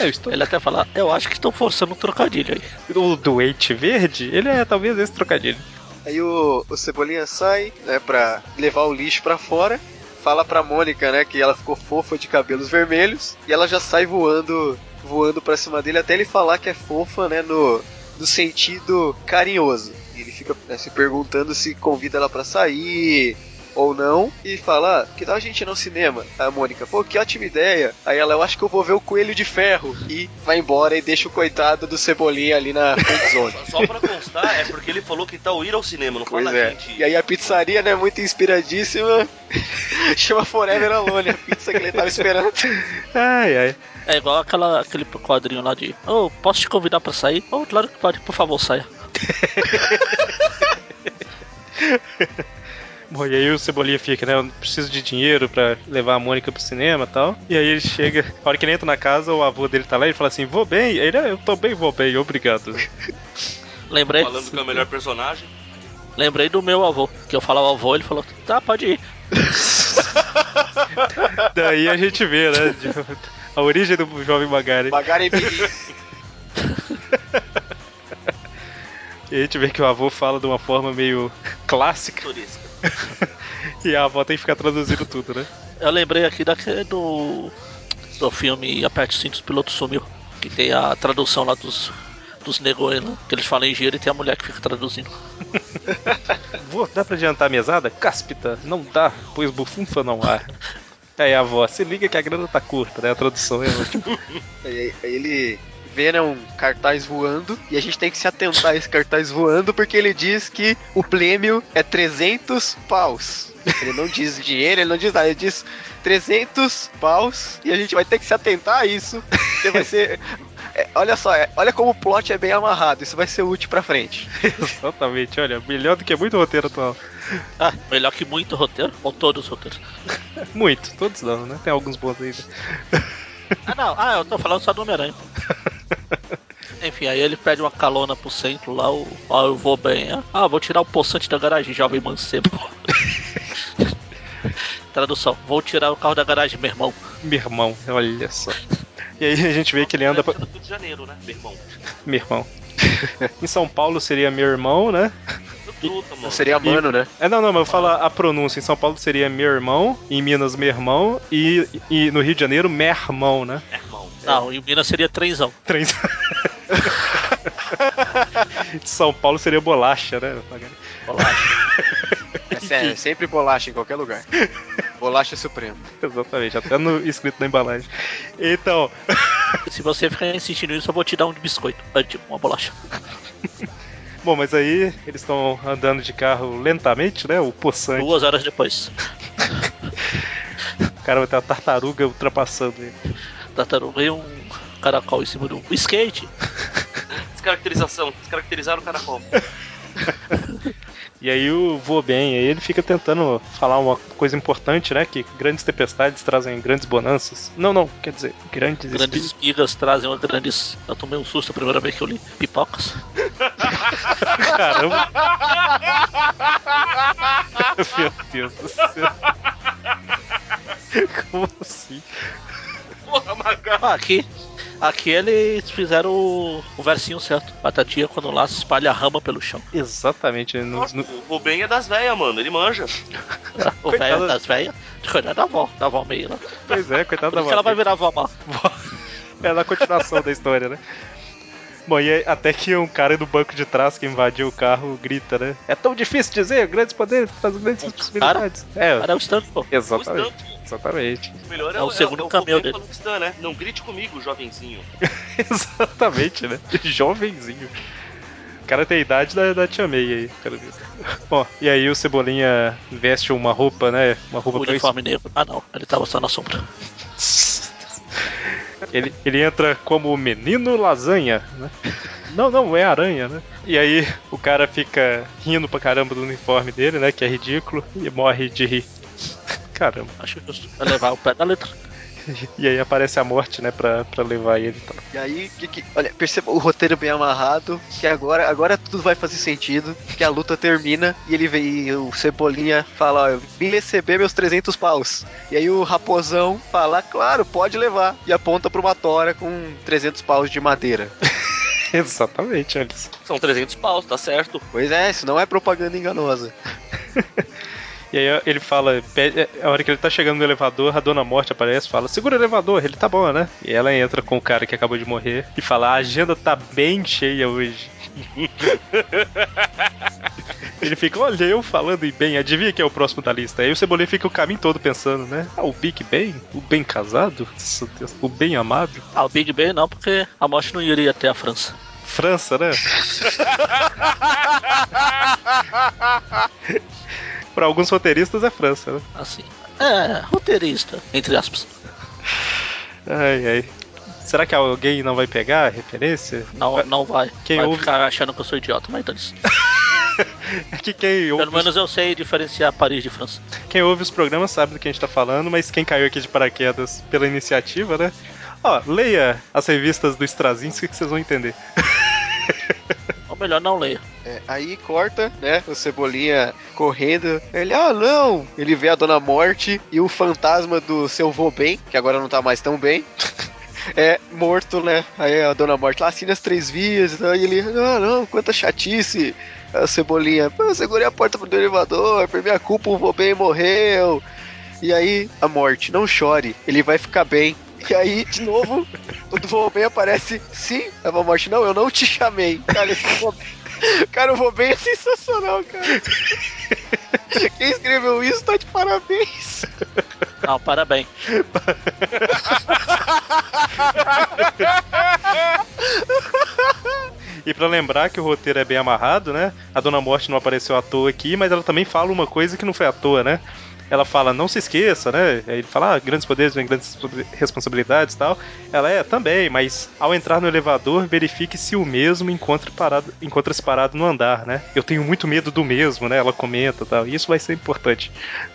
É, eu estou Ele até fala, eu acho que estão forçando um trocadilho aí. O doente verde? Ele é talvez esse trocadilho. Aí o, o Cebolinha sai, né, pra levar o lixo pra fora. Fala pra Mônica, né, que ela ficou fofa de cabelos vermelhos. E ela já sai voando, voando pra cima dele até ele falar que é fofa, né, no, no sentido carinhoso. E ele fica né, se perguntando se convida ela pra sair ou não. E fala, ah, que tal a gente ir no cinema? A Mônica, pô, que ótima ideia. Aí ela, eu acho que eu vou ver o Coelho de Ferro. E vai embora e deixa o coitado do Cebolinha ali na friend zone. Só pra constar, é porque ele falou que tal ir ao cinema, não Pois fala é. gente. E aí a pizzaria, né, muito inspiradíssima, chama Forever Alone, a pizza que ele tava esperando. Ai, ai. É igual aquela, aquele quadrinho lá de, oh, posso te convidar pra sair? Oh, claro que pode, por favor, saia. Bom, e aí o Cebolinha fica, né? Eu preciso de dinheiro pra levar a Mônica pro cinema e tal. E aí ele chega, a hora que ele entra na casa, o avô dele tá lá e ele fala assim: Vou bem. Ele, "Ah, eu tô bem, vou bem, obrigado. Lembrei, Falando que é o melhor personagem. lembrei do meu avô, que eu falava avô, ele falou, tá, pode ir. Daí a gente vê, né? de- A origem do jovem Magari. Magari Bibi. E a gente vê que o avô fala de uma forma meio clássica Turisca. e a avó tem que ficar traduzindo tudo, né? Eu lembrei aqui daquele do. do filme Aperte o Cinto, os pilotos sumiu. Que tem a tradução lá dos. dos negões lá. Que eles falam em gíria e tem a mulher que fica traduzindo. Vô, dá pra adiantar a mesada? Cáspita, não dá, pois bufunfa não há. Aí a avó, se liga que a grana tá curta, né? A tradução é ótima. Aí, aí ele vê, né, um cartaz voando, e a gente tem que se atentar a esse cartaz voando, porque ele diz que o prêmio é 300 paus. Ele não diz dinheiro, ele não diz nada, ele diz 300 paus, e a gente vai ter que se atentar a isso, porque vai ser... é, olha só, é, olha como o plot é bem amarrado, isso vai ser útil pra frente. Exatamente, olha, melhor do que muito roteiro atual. Ah, melhor que muito roteiro, ou todos os roteiros. Muito, todos não, né? Tem alguns bons ainda. Ah não, ah, eu tô falando só do Homem-Aranha. pô. Enfim, aí ele pede uma calona pro centro lá, o. Ó, eu vou bem. ah, Ah, vou tirar o poçante da garagem, jovem mancebo. Tradução, vou tirar o carro da garagem, meu irmão. Meu irmão, olha só. E aí a gente vê que ele anda pra... É Era do Rio de Janeiro, né, meu irmão? Meu irmão. em São Paulo seria meu irmão, né? Tá Tudo, mano. Seria mano, né? É, não, não, mas eu falo a pronúncia. Em São Paulo seria meu irmão, em Minas, meu irmão, e, e no Rio de Janeiro, meu irmão, né? É, irmão. Não, em Minas seria trenzão. Três. De São Paulo seria bolacha, né? Bolacha. É sério, sempre bolacha em qualquer lugar. Bolacha suprema. Exatamente, até no escrito na embalagem. Então, Se você ficar insistindo nisso, eu vou te dar um de biscoito. Ah, Tipo, uma bolacha. bom, mas aí eles estão andando de carro lentamente, né? O poçante. Duas horas depois. O cara vai ter uma tartaruga ultrapassando ele. Tartaruga e um caracol em cima do um skate. Descaracterização. Descaracterizaram o caracol. E aí o Vô Bem, aí ele fica tentando falar uma coisa importante, né? Que grandes tempestades trazem grandes bonanças. Não, não, quer dizer, grandes, Grandes grandes... espigas trazem uma grandes. Eu tomei um susto a primeira vez que eu li pipocas. Caramba! Meu Deus do céu! Como assim? Porra, Magal. Ah, aqui. Aqui eles fizeram o, o versinho certo. Batatinha quando lá se espalha a rama pelo chão. Exatamente. No, Nossa, no- o Rubem é das velhas, mano. Ele manja. Tá? O velho das velhas. Coitado da avó, da avó meio lá. Pois é, coitado Por da isso que ela vai Mabel. virar avó má. É na continuação da história, né? Bom, e aí, até que um cara do banco de trás que invadiu o carro grita, né? É tão difícil dizer, grandes poderes trazem grandes possibilidades. É, Cara, é o Stanley, pô. exatamente. O Exatamente. melhor É o segundo cameo dele. Falou que está, né? Não grite comigo, jovenzinho. Exatamente, né? Jovenzinho. O cara tem a idade da, da Tia May aí, pelo visto. Bom, e aí o Cebolinha veste uma roupa, né? Uma roupa O pra uniforme negro. Ah, não. Ele tava só na sombra. Ele, ele entra como o menino lasanha, né? Não, não, é aranha, né? E aí o cara fica rindo pra caramba do uniforme dele, né? Que é ridículo, e morre de rir. Caramba. Acho justo. Vai levar o pé da letra. E aí aparece a morte, né? Pra, pra levar ele e tal. E aí, que, que- olha, perceba o roteiro bem amarrado, que agora, agora tudo vai fazer sentido, que a luta termina e ele vem, e o Cebolinha fala, ó, eu vim receber meus 300 paus. E aí o Raposão fala, claro, pode levar, e aponta pra uma tora com 300 paus de madeira. Exatamente, Alice. São 300 paus, tá certo. Pois é, isso não é propaganda enganosa. E aí ele fala, pede- a hora que ele tá chegando no elevador, a dona morte aparece fala, segura o elevador, ele tá bom, né? E ela entra com o cara que acabou de morrer e fala, a agenda tá bem cheia hoje. ele fica, olha, eu falando e bem, adivinha quem é o próximo da lista? Aí o Cebolinha fica o caminho todo pensando, né? Ah, o Big Ben? O bem casado? Nossa, Deus, O bem amado? Ah, o Big Ben não, porque a morte não iria até a França. França, né? Pra alguns roteiristas é França, né? Assim. É, roteirista, entre aspas. Ai, ai. Será que alguém não vai pegar a referência? Não, não vai. É, Quem vai ouve- ficar achando que eu sou idiota, mas dane É que quem ouve, Pelo menos eu sei diferenciar Paris de França. quem ouve os programas sabe do que a gente tá falando, mas quem caiu aqui de paraquedas pela iniciativa, né? Ó, leia as revistas do Strazinski que vocês vão entender. Ou melhor, não leia. É, aí corta, né? O Cebolinha correndo. Ele, ah, não! Ele vê a Dona Morte e o fantasma do seu vô bem, que agora não tá mais tão bem. É morto, né? Aí a Dona Morte lá assina as três vias e tal, e ele, ah, não, quanta chatice. Aí o Cebolinha, "Pô, eu segurei a porta do elevador, por minha culpa o vô bem morreu. E aí a Morte, não chore, ele vai ficar bem. E aí, de novo, o vô bem aparece, sim, a Dona Morte, não, eu não te chamei. Cara, esse vô Cara, o Robin é sensacional, cara. Quem escreveu isso tá de parabéns. Não, parabéns. E pra lembrar que o roteiro é bem amarrado, né? A Dona Morte não apareceu à toa aqui, mas ela também fala uma coisa que não foi à toa, né? Ela fala, não se esqueça, né? Aí ele fala, ah, grandes poderes vêm grandes responsa- responsabilidades e tal. Ela é, também, mas ao entrar no elevador, verifique se o mesmo encontra parado, encontra-se parado no andar, né? Eu tenho muito medo do mesmo, né? Ela comenta e tal. E isso vai ser importante.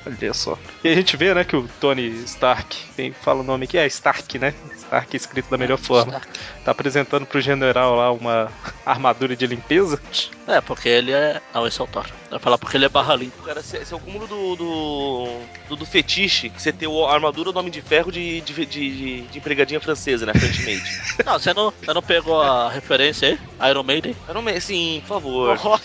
Olha só. E a gente vê, né, que o Tony Stark, quem fala o nome aqui é Stark, né? Stark escrito da melhor forma tá apresentando pro general lá uma armadura de limpeza. É, porque ele é. Não, esse é o Thor. Vai falar porque ele é barra limpa. Cara, esse, esse é o cúmulo do, do do, do, do fetiche que você ter o- a armadura do Homem de Ferro de, de, de, de- de empregadinha francesa, né? French Maid. Não, você não, você não pegou a referência aí? Iron Maiden? Eu não um me... Sim, por favor. Boa.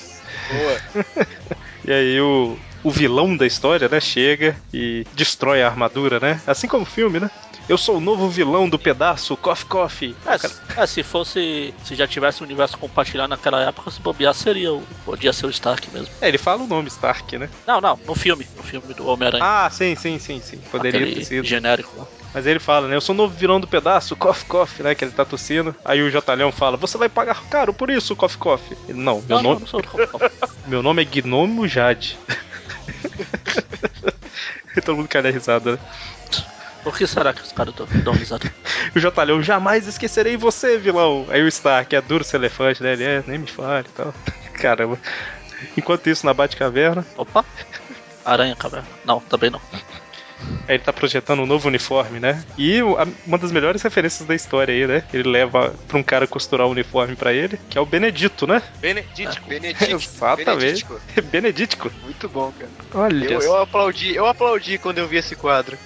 E aí o, o vilão da história, né, chega e destrói a armadura, né? Assim como o filme, né? Eu sou o novo vilão do pedaço, Coffee Coffee. É, se- é, se fosse. Se já tivesse o universo compartilhado naquela época, se bobear seria o. Podia ser o Stark mesmo. É, ele fala o nome Stark, né? Não, não, no filme. No filme do Homem-Aranha. Ah, sim, sim, sim, sim. Poderia É. aquele ter sido. genérico. lá. Mas ele fala, né? Eu sou o novo vilão do pedaço, Coffee Coffee, né? Que ele tá tossindo. Aí o Jotalhão fala, você vai pagar caro por isso, Coffee Coffee. Ele, não, meu, Não, não, nome, não sou do- meu nome é Gnomo Jade. E Todo mundo cai da risada, né? O que será que os caras dão dão risada? E o Jotalhão, jamais esquecerei você, vilão. Aí o Stark, é duro ser elefante, né? Ele é, nem me fale e tal. Caramba. Enquanto isso, na Batcaverna, Opa! Aranha, caverna. Não, também não. aí ele tá projetando um novo uniforme, né? E o- a- uma das melhores referências da história aí, né? Ele leva pra um cara costurar o uniforme pra ele, que é o Benedito, né? Benedítico. Benedítico. Exatamente. Benedítico. Benedítico. Ah, Muito bom, cara. Olha Eu, só. eu aplaudi, eu aplaudi quando eu vi esse quadro.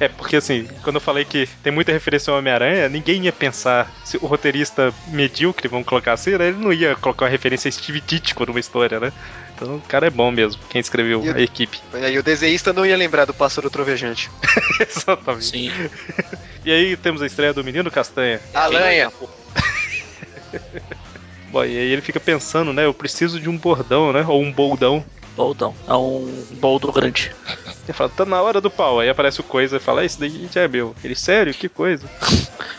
É, porque assim, quando eu falei que tem muita referência ao Homem-Aranha, ninguém ia pensar se o roteirista medíocre, vamos colocar assim, né? Ele não ia colocar uma referência a Steve Ditko numa história, né? Então o cara é bom mesmo, quem escreveu E o- a equipe. Mas aí o desenhista não ia lembrar do pássaro trovejante. Exatamente. Sim. E aí temos a estreia do Menino Castanha. Aranha. Bom, e aí ele fica pensando, né? Eu preciso de um bordão, né? Ou um boldão. Boldão. É um boldo grande. Ele fala, tá na hora do pau. Aí aparece o Coisa e fala, ah, isso daí já é meu. Ele, sério? Que coisa?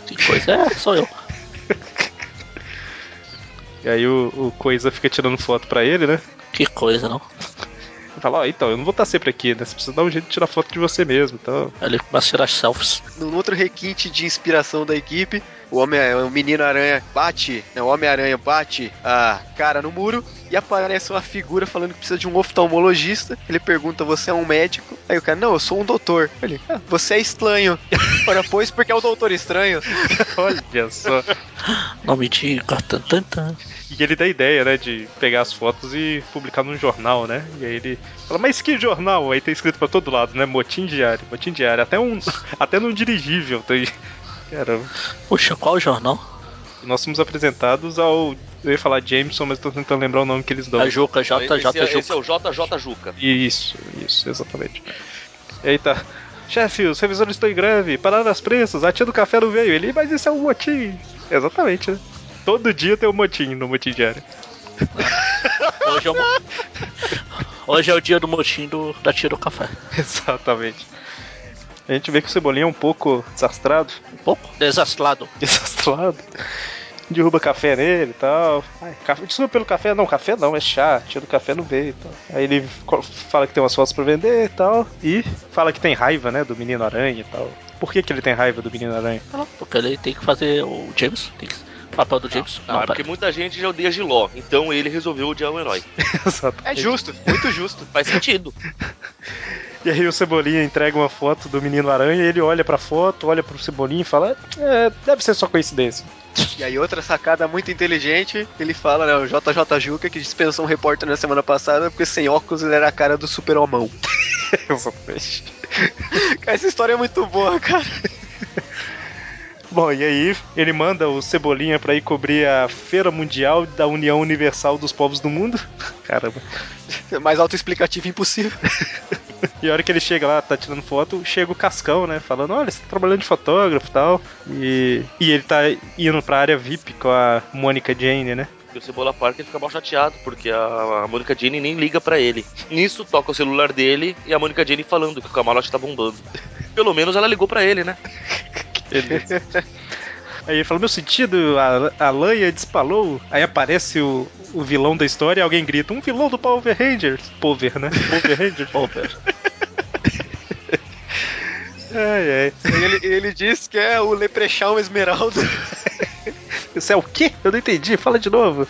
Que coisa. É, sou eu. E aí o, o Coisa fica tirando foto pra ele, né? Que coisa, não. Ele fala, ó, então, eu não vou estar sempre aqui, né? Você precisa dar um jeito de tirar foto de você mesmo, então... Aí Ele começa a tirar selfies. Num outro requinte de inspiração da equipe, o homem, é, o menino aranha bate, né, o homem aranha bate a cara no muro e aparece uma figura falando que precisa de um oftalmologista. Ele pergunta: "Você é um médico?" Aí o cara: "Não, eu sou um doutor." Ele: ah, "Você é estranho." Ora, pois porque é o doutor estranho. Olha só. Não me diga. Tan, tan, tan. E ele dá a ideia, né, de pegar as fotos e publicar num jornal, né? E aí ele fala, mas que jornal? Aí tem escrito pra todo lado, né? Motim diário, motim diário. Até, um, até num dirigível. tá Tem... Caramba. Puxa, qual o jornal? E nós somos apresentados ao... Eu ia falar Jameson, mas eu tô tentando lembrar o nome que eles dão. A Juca, Esse, JJ é- esse Juca. é o JJ Juca. Isso, isso, exatamente. E aí tá. Chefe, os revisores estão em greve, pararam as prensas, a tia do café não veio. Ele, mas isso é um motim. Exatamente, né? Todo dia tem um motim no motim diário. Hoje é o, mo- Hoje é o dia do motim do, da tia do café. Exatamente. A gente vê que o Cebolinha é um pouco desastrado, Um pouco desastrado. desastrado. Derruba café nele e tal. Ai, café, desculpa pelo café, não, café não, é chá, tia do café não veio e tal. Aí ele co- fala que tem umas fotos pra vender e tal. E fala que tem raiva, né, do menino aranha e tal. Por que, que ele tem raiva do menino aranha? Ah, Porque ele tem que fazer o James. Tem que... O papel do James. Não, Ah, porque pera. muita gente já odeia Giló, então ele resolveu odiar o herói. Exato. É justo, muito justo. Faz sentido. E aí o Cebolinha entrega uma foto do menino aranha, ele olha pra foto, olha pro Cebolinha e fala: é, deve ser só coincidência. E aí outra sacada muito inteligente, ele fala, né, o JJ Juca que dispensou um repórter na semana passada porque sem óculos ele era a cara do super-homão. Exatamente. Cara, essa história é muito boa, cara. Bom, e aí ele manda o Cebolinha pra ir cobrir a Feira Mundial da União Universal dos Povos do Mundo. Caramba. É Mais autoexplicativo impossível. E a hora que ele chega lá, tá tirando foto, chega o Cascão, né? Falando, olha, você tá trabalhando de fotógrafo e tal. E, e ele tá indo pra área VIP com a Mônica Jane, né? E o Cebola Parker fica mal chateado, porque a, a Mônica Jane nem liga pra ele. Nisso, toca o celular dele e a Mônica Jane falando que o camarote tá bombando. Pelo menos ela ligou pra ele, né? Aí ele fala, meu sentido, a, a Lanha despalou. Aí aparece o, o vilão da história e alguém grita, um vilão do Power Rangers. Power, né? Power Rangers. Power. ai, ai. Ele, ele diz que é o Leprechaun Esmeralda. Isso é o quê? Eu não entendi, fala de novo.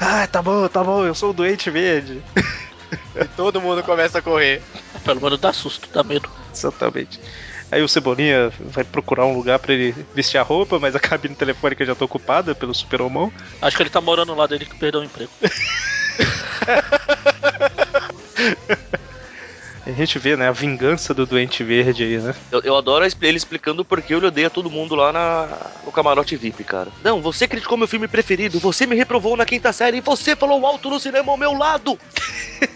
Ah, tá bom, tá bom, eu sou o doente verde. E todo mundo começa a correr. Pelo menos dá susto, dá medo. Exatamente. Aí o Cebolinha vai procurar um lugar pra ele vestir a roupa, mas a cabine telefônica já tá ocupada pelo super-homão. Acho que ele tá morando lá dele que perdeu o emprego. É, gente vê, né? A vingança do Doente Verde aí, né? Eu, eu adoro a expli- ele explicando porque ele odeia todo mundo lá na, no camarote VIP, cara. Não, você criticou meu filme preferido, você me reprovou na quinta série e você falou alto no cinema ao meu lado.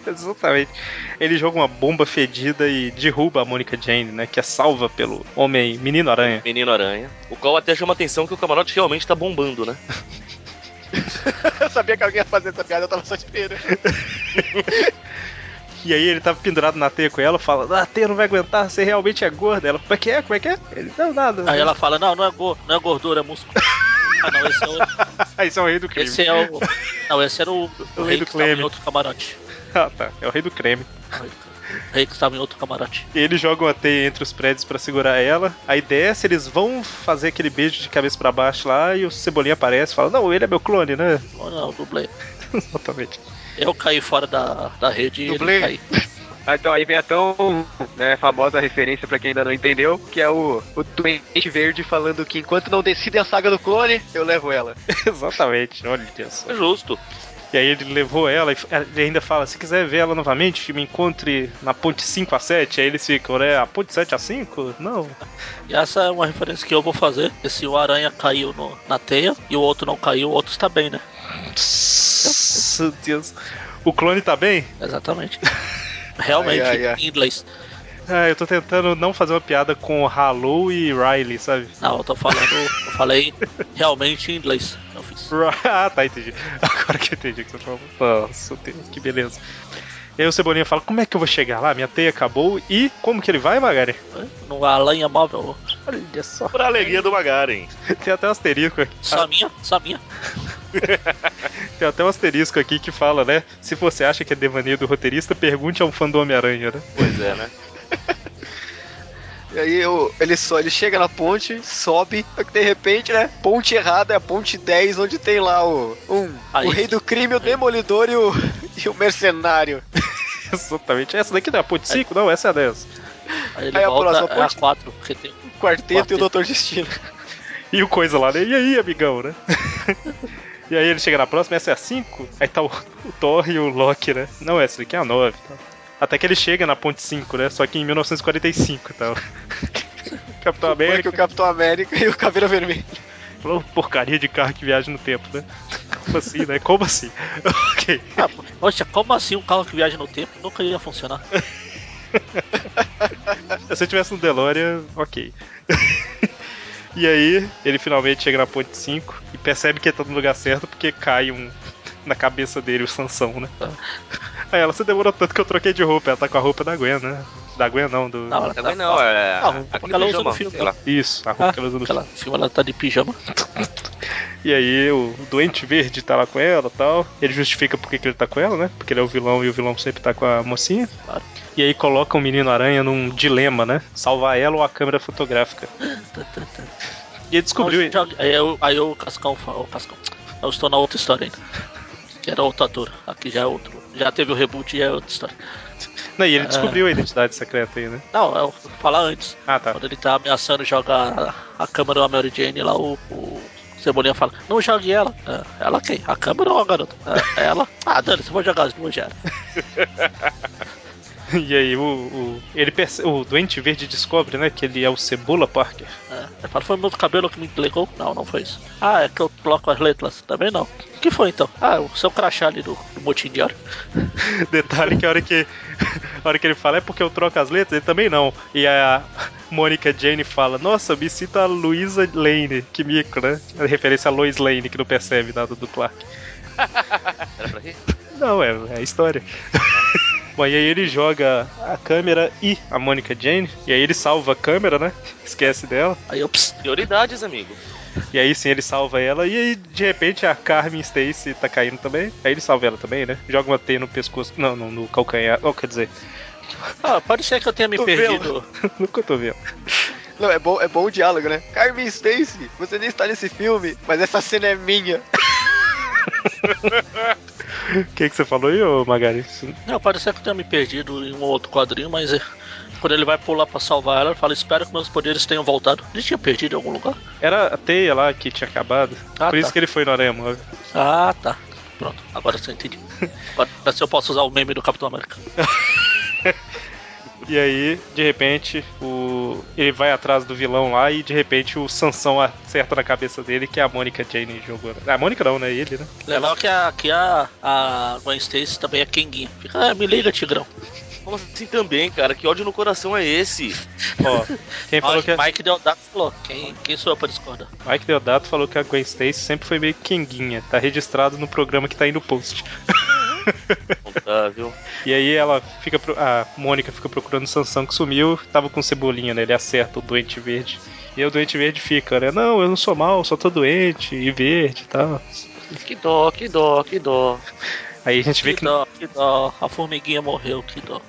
Exatamente. Ele joga uma bomba fedida e derruba a Mônica Jane, né? Que é salva pelo homem Menino Aranha. Menino Aranha. O qual até chama atenção que o camarote realmente tá bombando, né? Eu sabia que alguém ia fazer essa piada, eu tava só esperando. E aí ele tava pendurado na teia com ela, fala: Ah, teia não vai aguentar, você realmente é gorda. Ela, como é que é? Como é que é? Ele, não, nada. Uhum. Aí ela fala, não, não é, go não é gordura, é músculo. Ah não, esse é o. Isso é o rei do crime. Esse é o. Não, esse era o, o rei rei do que estava Cleme. em outro camarote. Ah, tá. É o rei do creme. O rei que estava em outro camarote. E eles jogam a teia entre os prédios pra segurar ela. Aí desce, eles vão fazer aquele beijo de cabeça pra baixo lá e o Cebolinha aparece e fala: Não, ele é meu clone, né? Oh, não, dublê. Exatamente. Eu caí fora da, da rede e ele Dublê. caiu. Ah, Então aí vem a tão né, famosa referência pra quem ainda não entendeu, que é o, o Doente Verde falando que enquanto não decidem a saga do clone, eu levo ela. Exatamente, olha só. É justo. E aí ele levou ela e f- ele ainda fala: se quiser ver ela novamente, me encontre na ponte 5 a 7. Aí eles ficam, né? A ponte 7 a 5? Não. E essa é uma referência que eu vou fazer. Esse o aranha caiu no- na teia e o outro não caiu, o outro está bem, né? Meu Deus. O clone tá bem? Exatamente. Realmente, Ai, ai, ai. em inglês. Ah, eu tô tentando não fazer uma piada com Halu e Riley, sabe? Não, eu tô falando. Eu falei realmente em inglês. Eu fiz. Ri- Ah, tá, entendi. Agora que eu entendi o que você falou. Nossa, Deus, que beleza. E aí o Cebolinha fala, como é que eu vou chegar lá? Minha teia acabou e como que ele vai, Magari? No aranha é móvel. Olha só. Pra alegria do Magaren. Tem até um asterisco aqui. Ah. Só minha, só minha. Tem até um asterisco aqui que fala, né? Se você acha que é devaneio do roteirista, pergunte a um fã do Homem-Aranha, né? Pois é, né? E aí eu- ele só, ele chega na ponte, sobe, só que de repente, né? Ponte errada é a ponte 10, onde tem lá o. Um, Aí. o rei do crime, o demolidor e o, e o mercenário. Exatamente. Essa daqui não é a ponte 5? Não, essa é a 10. Aí ele Aí a volta próxima é a ponte. 4, porque tem O quarteto e o Doutor Destino. E o coisa lá, né? E aí, amigão, né? e aí ele chega na próxima, essa é a 5? Aí tá o, o Thor e o Loki, né? Não, essa daqui é a 9. tá? Até que ele chega na ponte 5, né? Só que em 1945 e tal. Capitão Como é que América, o Capitão América e o Caveira Vermelho. falou porcaria de carro que viaja no tempo, né? Como assim, né? Como assim? ok. Ah, poxa, como assim um carro que viaja no tempo nunca ia funcionar? Se eu tivesse no DeLorean, ok. e aí, ele finalmente chega na ponte 5 e percebe que ele tá no lugar certo porque cai um na cabeça dele o Sansão, né? Ah. Aí ela, você demorou tanto que eu troquei de roupa. Ela tá com a roupa da Gwen, né? Da Gwen não, do... Não, ela Também tá, não, é. Ah, roupa aquele que ela usa pijama, no filme, sei lá. Isso, a roupa Ah, que ela usa no Aquela filme ela tá de pijama. E aí o doente verde tá lá com ela e tal. Ele justifica porque que ele tá com ela, né? Porque ele é o vilão e o vilão sempre tá com a mocinha. Claro. E aí coloca o menino aranha num dilema, né? Salvar ela ou a câmera fotográfica. E ele descobriu. Então, joga- Aí, eu- aí o Cascão fala, o Cascão, eu estou na outra história ainda. Que era outro ator. Aqui já é outro. Já teve o reboot e é outra história. Não, e ele Ah. descobriu a identidade secreta aí, né? Não, eu vou falar antes. Ah, tá. Quando ele tá ameaçando jogar a, a câmera da Mary Jane lá, o, o Cebolinha fala, não jogue ela. É, ela quem? A câmera ou a garota? É, ela? Ah, Dani, você vai jogar as duas já. era. E aí o, o- ele perce- o doente verde descobre, né, que ele é o Cebola Parker. É, ele fala, foi meu cabelo que me entregou? Não, não foi isso. Ah, é que eu coloco as letras. Também não. O que foi então? Ah, o seu crachá ali do, do motim diário. Detalhe que a hora que a hora que ele fala é porque eu troco as letras, ele também não. E a Mônica Jane fala: "Nossa, me cita a Luisa Lane, que mico, né?" É referência a Lois Lane que não percebe nada do Clark. Era pra rir? Não, é, é história. Bom, e aí ele joga a câmera e a Mônica Jane, e aí ele salva a câmera, né? Esquece dela. Aí eu, pss, Prioridades, amigo. E aí sim ele salva ela. E aí, de repente, a Carmen Stacy tá caindo também. Aí ele salva ela também, né? Joga uma teia no pescoço. Não, não no calcanhar. Ou quer dizer, ah, pode ser que eu tenha me Tô perdido. no cotovelo. Não, é bom, é bom o diálogo, né? Carmen Stacy, você nem está nesse filme, mas essa cena é minha. O que, que você falou aí, ô Magari? Isso- Não, pode ser que eu tenha me perdido em um outro quadrinho, mas é, quando ele vai pular pra salvar ela, ele fala, espero que meus poderes tenham voltado. Ele tinha perdido em algum lugar? Era a teia lá que tinha acabado. Ah, Por isso tá. que ele foi no Aranha Móvel. Ah, tá. Pronto, agora sim, entendi. Agora se eu posso usar o meme do Capitão América. E aí, de repente, o ele vai atrás do vilão lá e de repente o Sansão acerta na cabeça dele que é a Mônica Jane jogou. A Mônica não, né? Ele, né? Legal que a, que a, a Gwen Stacy também é Kenguinha. Fica, ah, me liga, Tigrão. Como assim também, cara? Que ódio no coração é esse? Ó, quem falou Mike, que é- a... Mike Deodato falou. Quem, quem sou eu pra discordar? Mike Deodato falou que a Gwen Stacy sempre foi meio quenguinha. Tá registrado no programa que tá aí no post. Não dá, viu? E aí ela fica pro- a Mônica fica procurando o Sansão que sumiu, tava com cebolinha, né? Ele acerta o doente verde. E aí o doente verde fica, né? Não, eu não sou mal, só tô doente e verde e tal. Que dó, que dó, que dó. Aí a gente vê Que, que Então, dó, que dó. A formiguinha morreu, que dó.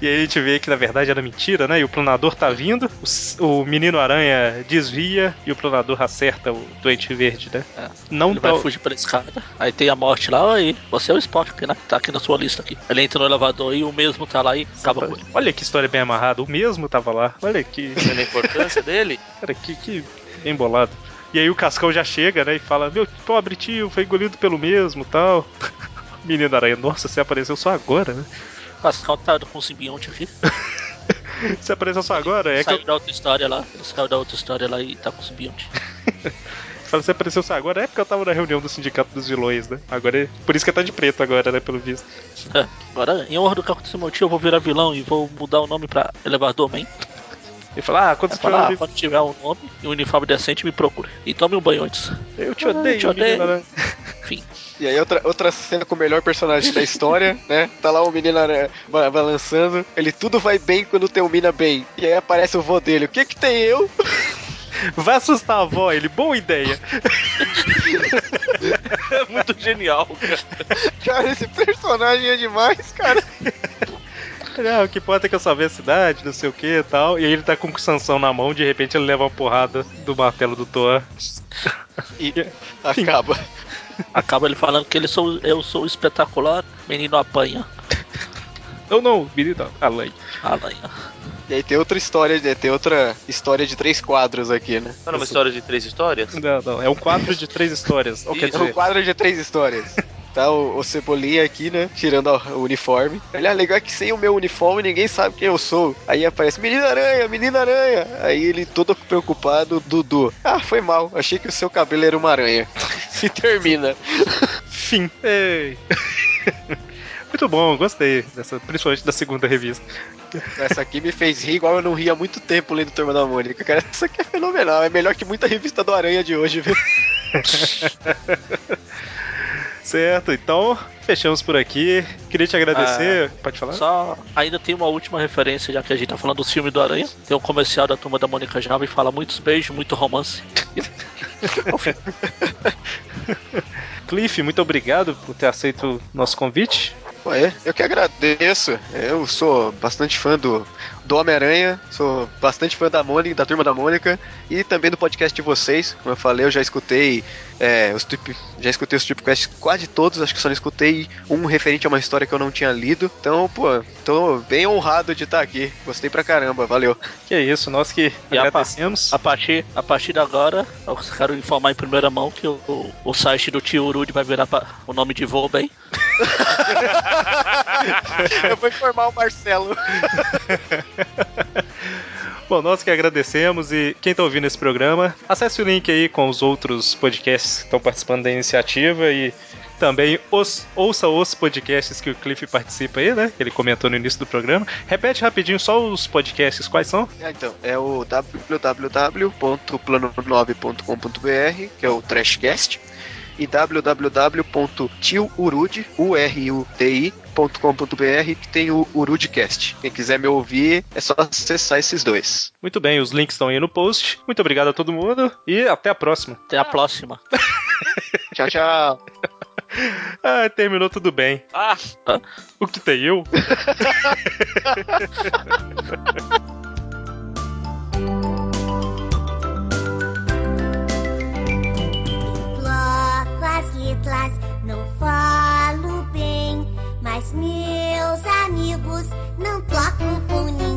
e aí a gente vê que na verdade era mentira, né? E o planador tá vindo, o, s- o menino aranha desvia e o planador acerta o doente verde, né? É. Não Ele tá vai fugir pela escada. Aí tem a morte lá, aí. Você é o Spock que né, tá aqui na sua lista aqui. Ele entra no elevador e o mesmo tá lá e acaba com ele. Olha que história bem amarrada, o mesmo tava lá. Olha que Vendo é a importância dele? Cara, que, que embolado. E aí o Cascão já chega, né, e fala: Meu pobre tio, foi engolido pelo mesmo tal. Menino Aranha, nossa, você apareceu só agora, né? O Cascão tá com o simbionte aqui. Você apareceu só agora? É que saiu eu... da outra história lá. Ele saiu da outra história lá e tá com o simbionte. fala, Você apareceu só agora? É porque eu tava na reunião do Sindicato dos Vilões, né? Agora é... Por isso que tá de preto agora, né, pelo visto. Agora, em honra do que aconteceu meu tio, eu vou virar vilão e vou mudar o nome pra Elevador Man. Ele fala: Ah, quando Vai você tiver falar, ah, ouvido, quando tiver um nome e um uniforme decente, me procure. E tome um banho antes. eu te odeio, Ah, te menino odeio. Aranha. Enfim. E aí outra, outra cena com o melhor personagem da história, né? Tá lá o menino aranha ba- balançando. Ele tudo vai bem quando termina bem. E aí aparece o vô dele. O que que tem eu? Vai assustar a avó, ele, boa ideia. É muito genial, cara. Cara, esse personagem é demais, cara. Ele, Ah, o que importa é que eu salvei a cidade, não sei o que e tal. E aí ele tá com o Sansão na mão, de repente ele leva uma porrada do martelo do Thor. E acaba. Acaba ele falando que ele sou, eu sou espetacular, menino apanha. Não, não, menino Aranha. Aranha. E aí tem outra história, né? Tem outra história de três quadros aqui, né? Não era uma Tá história de três histórias? Não, não. É um quadro de três histórias. então, Ou quer É um dizer, quadro de três histórias. Tá o, o Cebolinha aqui, né? Tirando a- o uniforme. Ele, ah, legal é que sem o meu uniforme ninguém sabe quem eu sou. Aí aparece, Menina Aranha, Menina Aranha. Aí ele todo preocupado, Dudu. Ah, foi mal. Achei que o seu cabelo era uma aranha. Se termina. fim. Ei. Muito bom, gostei. Dessa, principalmente da segunda revista. Essa aqui me fez rir igual eu não ri há muito tempo lendo Turma da Mônica. Cara, essa aqui é fenomenal. É melhor que muita revista do Aranha de hoje, viu? Certo, então fechamos por aqui. Queria te agradecer. Ah, Pode falar? Só ainda tem uma última referência, já que a gente tá falando do filme do Aranha. Tem um comercial da turma da Mônica Java e fala muitos beijos, muito romance. Cliff, muito obrigado por ter aceito o nosso convite. Ué, eu que agradeço. Eu sou bastante fã do, do Homem-Aranha, sou bastante fã da Mônica, da turma da Mônica e também do podcast de vocês. Como eu falei, eu já escutei é, os trip, já escutei os tripcasts quase todos, acho que só não escutei um referente a uma história que eu não tinha lido. Então, pô, tô bem honrado de estar aqui. Gostei pra caramba, valeu. Que é isso, nós que E a agradecemos. A partir, a partir de agora, eu quero informar em primeira mão que o, o site do tio Urude vai virar pra- o nome de Volben. eu vou informar o Marcelo. Bom, nós que agradecemos e quem tá ouvindo esse programa, acesse o link aí com os outros podcasts que estão participando da iniciativa e também os- ouça os podcasts que o Cliff participa aí, né? Que ele comentou no início do programa. Repete rapidinho só os podcasts, quais são? É, então, é o www.plano9.com.br, que é o Trashcast, e www.tiourudi.com.br, que tem o Urudicast. Quem quiser me ouvir, é só acessar esses dois. Muito bem, os links estão aí no post. Muito obrigado a todo mundo e até a próxima. Até a próxima. Tchau, tchau. Ah, terminou tudo bem. Ah, O que tem eu? Floclas, guitlas, não falo bem, mas meus amigos não tocam com ninguém. é